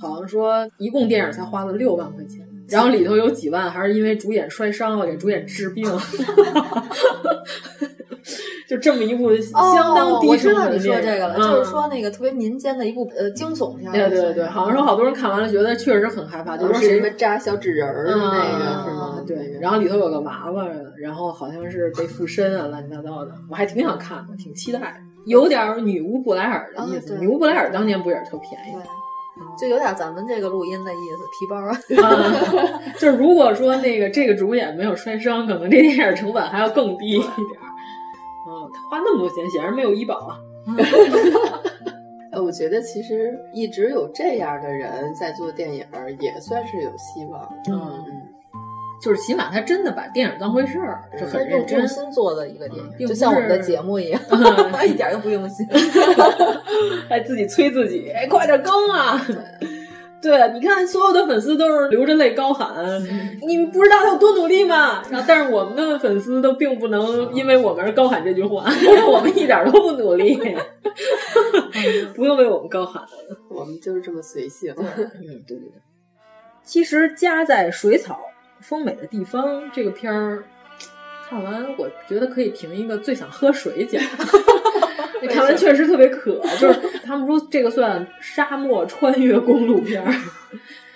好像说一共电影才花了六万块钱。然后里头有几万还是因为主演摔伤了，给 主演治病，就这么一部相当哦低我知道的你说这个了，嗯、就是说那个特别民间的一部呃惊悚片。对对对，好像说好多人看完了觉得确实很害怕，哦就说什么扎小纸人嗯儿那个是吗？嗯啊对，然后里头有个娃娃，然后好像是被附身啊，乱七八糟的，我还挺想看的，挺期待的，有点女巫布莱尔哦的意思。女巫布莱尔当年不也是特便宜？嗯就有点咱们这个录音的意思，皮包啊嗯。 就是如果说那个这个主演没有摔伤，可能这电影成本还要更低一点。嗯，他花那么多钱，显然没有医保啊。 呃，我觉得其实一直有这样的人在做电影，也算是有希望。嗯嗯，就是起码他真的把电影当回事儿，就很认真、用心做的一个电影，嗯、就像我们的节目一 样，他一点都不用心， 还自己催自己，哎，快点更啊！对，你看，所有的粉丝都是流着泪高喊：“嗯、你们不知道他有多努力吗？”然后，但是我们的粉丝都并不能因为我们而高喊这句话， 因为我们一点都不努力，不用为我们高喊，我们就是这么随性。嗯，对对对。其实家在水草丰美的地方这个片儿看完，我觉得可以评一个最想喝水奖。 看完确实特别渴，就是他们说这个算沙漠穿越公路片儿。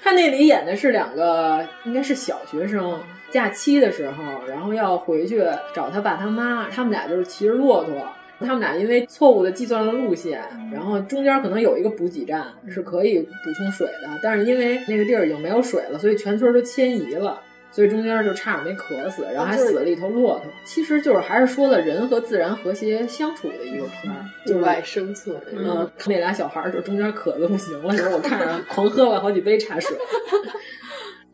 他那里演的是两个，应该是小学生，假期的时候，然后要回去找他爸他妈，他们俩就是骑着骆驼，他们俩因为错误的计算了路线，然后中间可能有一个补给站是可以补充水的，但是因为那个地儿已经没有水了，所以全村都迁移了。所以中间就差点没渴死，然后还死了一头骆驼。其实就是还是说了人和自然和谐相处的一个片儿，就外生存。哦嗯，那俩小孩儿就中间渴的不行了，然后我看着狂喝了好几杯茶水。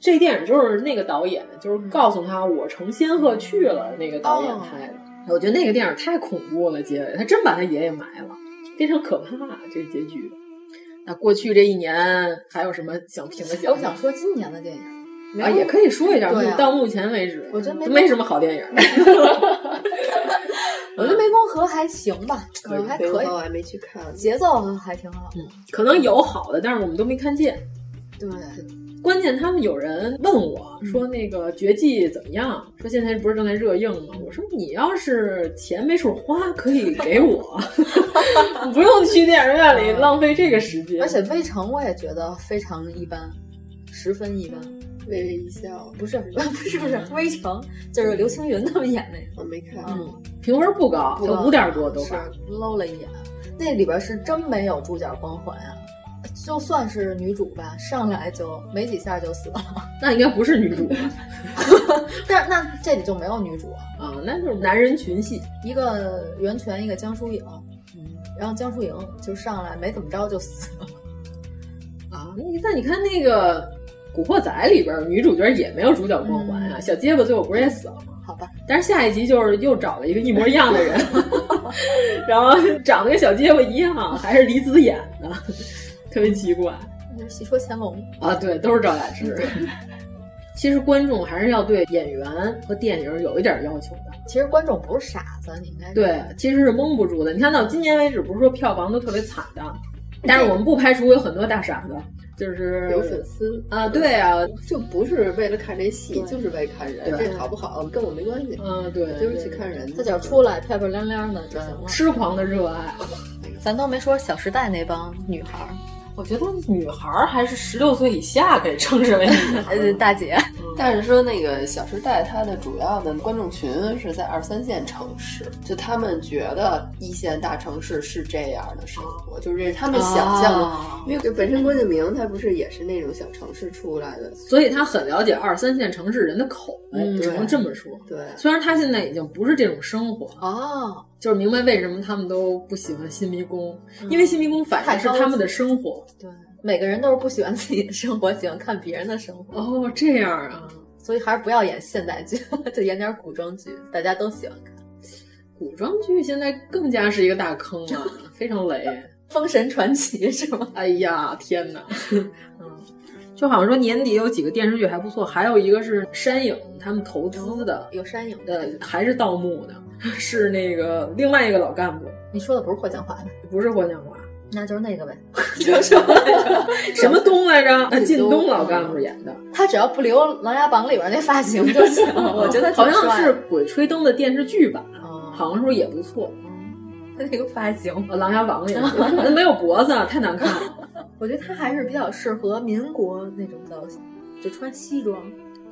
这电影就是那个导演，就是告诉他我乘仙鹤去了那个导演拍的。我觉得那个电影太恐怖了，结尾他真把他爷爷埋了，非常可怕这个结局。那过去这一年还有什么想评的奖？哎我想说今年的电影。啊，也可以说一下，到目前为止，啊我觉得没什么好电影。 我觉得《湄公河》还行吧，嗯，还可以，我还没去看，节奏还挺好。嗯，可能有好的，但是我们都没看见。对，嗯关键他们有人问我说：“那个《绝技》怎么样？”说现在不是正在热映吗？我说：“你要是钱没处花，可以给我， 不用去电影院里浪费这个时间。”啊而且《微城》我也觉得非常一般，十分一般。微微一笑，不是 不是不是，嗯微城就是刘青云他们演那个，我没看。嗯，评分不高，就五点多都是搂了一眼。那里边是真没有主角光环啊，就算是女主吧，上来就没几下就死了。 那应该不是女主，但那这里就没有女主啊，那就是男人群戏，一个袁泉，一个江疏影。嗯，然后江疏影就上来没怎么着就死了。啊，那你看那个。《古惑仔》里边女主角也没有主角光环嗯啊，小结巴最后不是也死了吗？好吧，但是下一集就是又找了一个一模一 样的人， 然后长得跟小结巴一样，啊还是李子演的，特别奇怪。就是戏说乾隆啊，对，都是赵雅芝。其实观众还是要对演员和电影有一点要求的。其实观众不是傻子，你应该对，其实是蒙不住的。你看到今年为止，不是说票房都特别惨的。但是我们不排除有很多大傻子，就是有粉丝啊，对啊，就不是为了看这戏，就是为看人，对这好不好跟我没关系。嗯，对，就是去看人。他只要出来漂漂亮亮的就行了。痴狂的热爱，咱都没说《小时代》那帮女孩儿，我觉得女孩儿还是十六岁以下可以称之为女孩呃儿。大姐，但是说那个《小时代》，它的主要的观众群是在二三线城市，就他们觉得一线大城市是这样的生活，就是这是他们想象的。 啊因为就本身郭敬明他不是也是那种小城市出来的，所以他很了解二三线城市人的口味，嗯只能这么说。对，虽然他现在已经不是这种生活 哦，就是明白为什么他们都不喜欢新迷宫，因为新迷宫反映是他们的生活。对，每个人都是不喜欢自己的生活，喜欢看别人的生活。哦，这样啊，所以还是不要演现代剧， 就演点古装剧，大家都喜欢看。古装剧现在更加是一个大坑啊，非常雷。 《封神传奇》是吗？哎呀，天哪！嗯，就好像说年底有几个电视剧还不错，还有一个是山影他们投资的，有山影的，呃还是盗墓的， 是那个另外一个老干部，你说的不是霍建华吧？不是霍建华，那就是那个呗。什么东来着？啊，靳东老干部演的，，他只要不留《琅琊榜》里边那发型就嗯行 我觉得挺帅的好嗯像是《鬼吹灯》的电视剧版，好像说也不错。他那个发型， 《琅琊榜》里 那没有脖子，太难看了。我觉得他还是比较适合民国那种造型，就穿西装。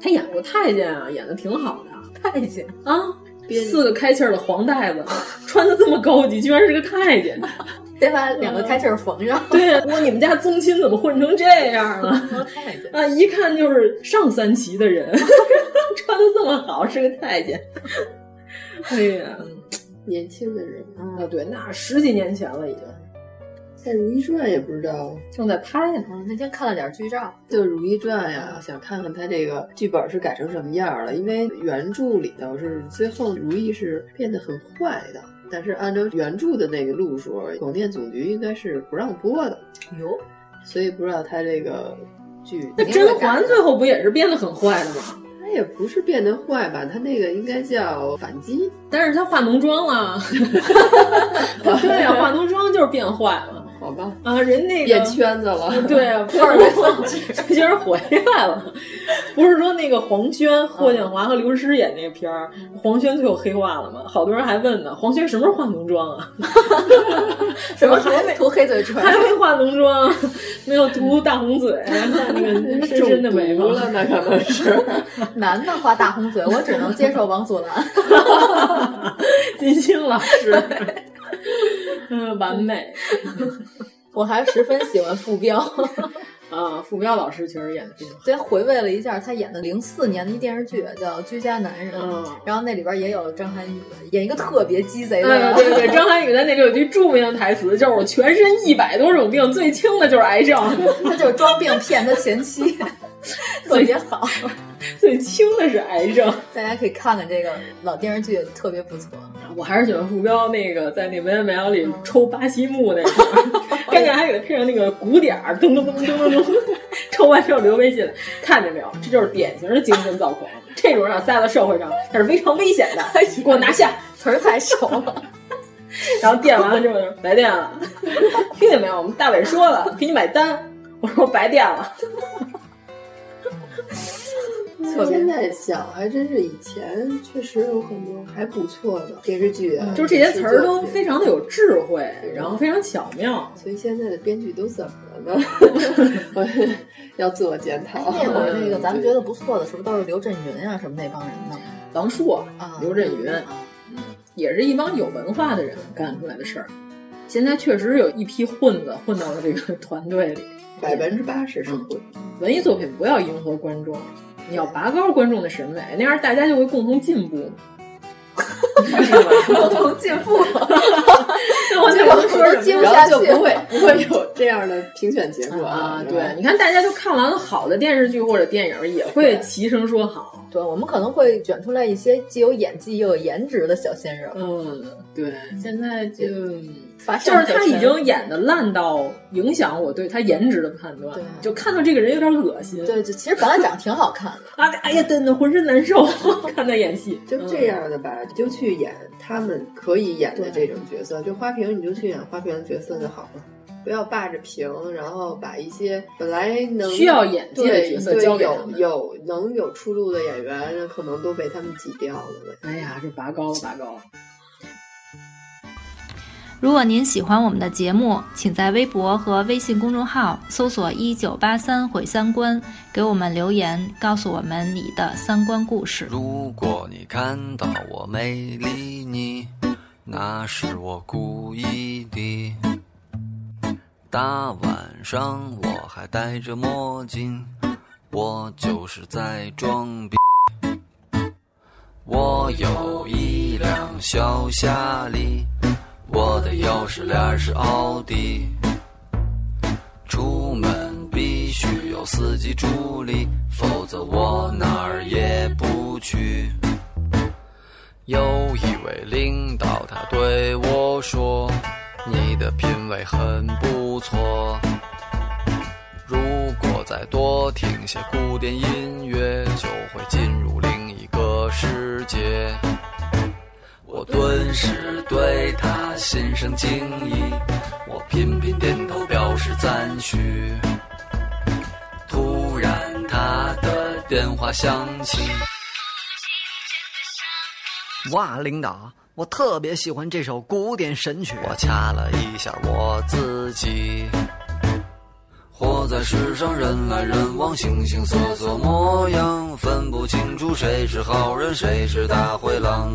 他演过太监啊，演的挺好的 太监啊，四个开气儿的黄带子，穿的这么高级，居然是个 太监。得把两嗯个开气儿缝 上。对，我说你们家宗亲怎么混成这 样啊？啊，一看就是上三旗的人， 穿的这么好，是个太监。哎呀，年轻的人。啊，对，那十几年前了已经。嗯但《如懿传》也不知道，嗯正在拍呢。那天看了点剧照，对《如懿传》呀，想看看它这个剧本是改成什么样了。因为原著里头是最后如懿是变得很坏的，但是按照原著的那个路数，广电总局应该是不让播的。哟，所以不知道它这个 剧那甄嬛最后不也是变得很坏的吗？它也不是变得坏吧？它那个应该叫反击。但是她化浓妆了。 对呀、化浓妆就是变坏了。好吧，啊，人那个变圈子了 对啊，味儿没放 这居然回来了。不是说那个黄轩、霍建华和刘诗诗演那个片儿，黄轩最后黑化了吗？好多人还问呢，黄轩什么时候化浓妆啊？ 什么涂涂黑嘴唇，还没化浓妆，没有涂大红嘴，那个深深的眉毛中毒了那可能是。 男的画大红嘴，我只能接受王祖蓝。 金星老师，嗯，完美 我还十分喜欢傅彪，啊！傅彪老师确实演的挺好。昨天回味了一下他演的零四年的一电视剧叫《居家男人》，嗯然后那里边也有张涵予演一个特别鸡贼的哎人，对对对，张涵予在那里有句著名的台词，就是我全身一百多种病，最轻的就是癌症， 他就是装病骗他前 妻，特别好。最轻的是癌症。大家可以看看这个老电视剧，特别不错。我还是喜欢傅彪那个在那《文言文聊》里抽巴西木那个， 关键还给他配上那个鼓点儿，咚咚咚咚咚 咚，抽完之后留微信，看见没有？这就是典型的精神躁狂，这种让撒到社会上，它是非常危险的，给我拿下！词儿太熟 了。然后电完了之后就白电了， 听见没有？我们大伟说了，给你买单。 我说白电了，我现在想，还真是以前确实有很多还不错的电视剧啊，就是这些词电儿都视作品非常的有智慧，然后非常巧妙。所以现在的编剧都怎么了呢？我 要自我检讨。那会儿那个咱们觉得不错的，是不是都是刘震云啊什么那帮人啊呢？王朔、啊刘震云， 也是一帮有文化的人干出来的事儿。现在确实有一批混子混到了这个团队里， 百分之八十是混。嗯文艺作品不要迎合观众，你要拔高观众的审美，那样大家就会共同进步。共同进步。那我就能说什么接不下然去后就不会不会有这样的评选结果 啊，对，你看大家就看完了好的电视剧或者电影，也会齐声说好。对，我们可能会卷出来一些既有演技又有颜值的小鲜肉。嗯，对，现在就发就上九是他已成经演的烂到影响我对他颜值的判断，就看到这个人有点恶心。对，就其实本来长得挺好看的，啊，哎呀，真的浑身难受， 看他演戏。嗯就嗯这样的吧，你就去演他们可以演的这种角色。就花瓶，你就去演花瓶的角色就好了。不要霸着屏，然后把一些本来能需要演技的对角色对交给他有们有能有出路的演员，可能都被他们挤掉了。哎呀，这拔高了，拔高了。如果您喜欢我们的节目，请在微博和微信公众号搜索“一九八三毁三观”，给我们留言，告诉我们你的三观故事。如果你看到我没理你，那是我故意的。大晚上我还戴着墨镜，我就是在装逼。我有一辆小夏利，我的钥匙链是奥迪。出门必须有司机助理，否则我哪儿也不去。有一位领导，他对我说：“你的品味很不错，如果再多听些古典音乐，就会进入另一个世界。”我顿时对他心生敬意，我频频点头表示赞许。突然，他的电话响起。哇，领导，我特别喜欢这首古典神曲。我掐了一下我自己。活在世上，人来人往，形形色色模样，分不清楚谁是好人，谁是大灰狼。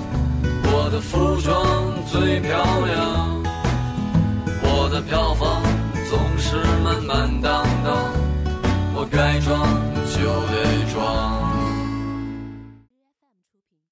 我的服装最漂亮，我的票房总是满满当当，我该装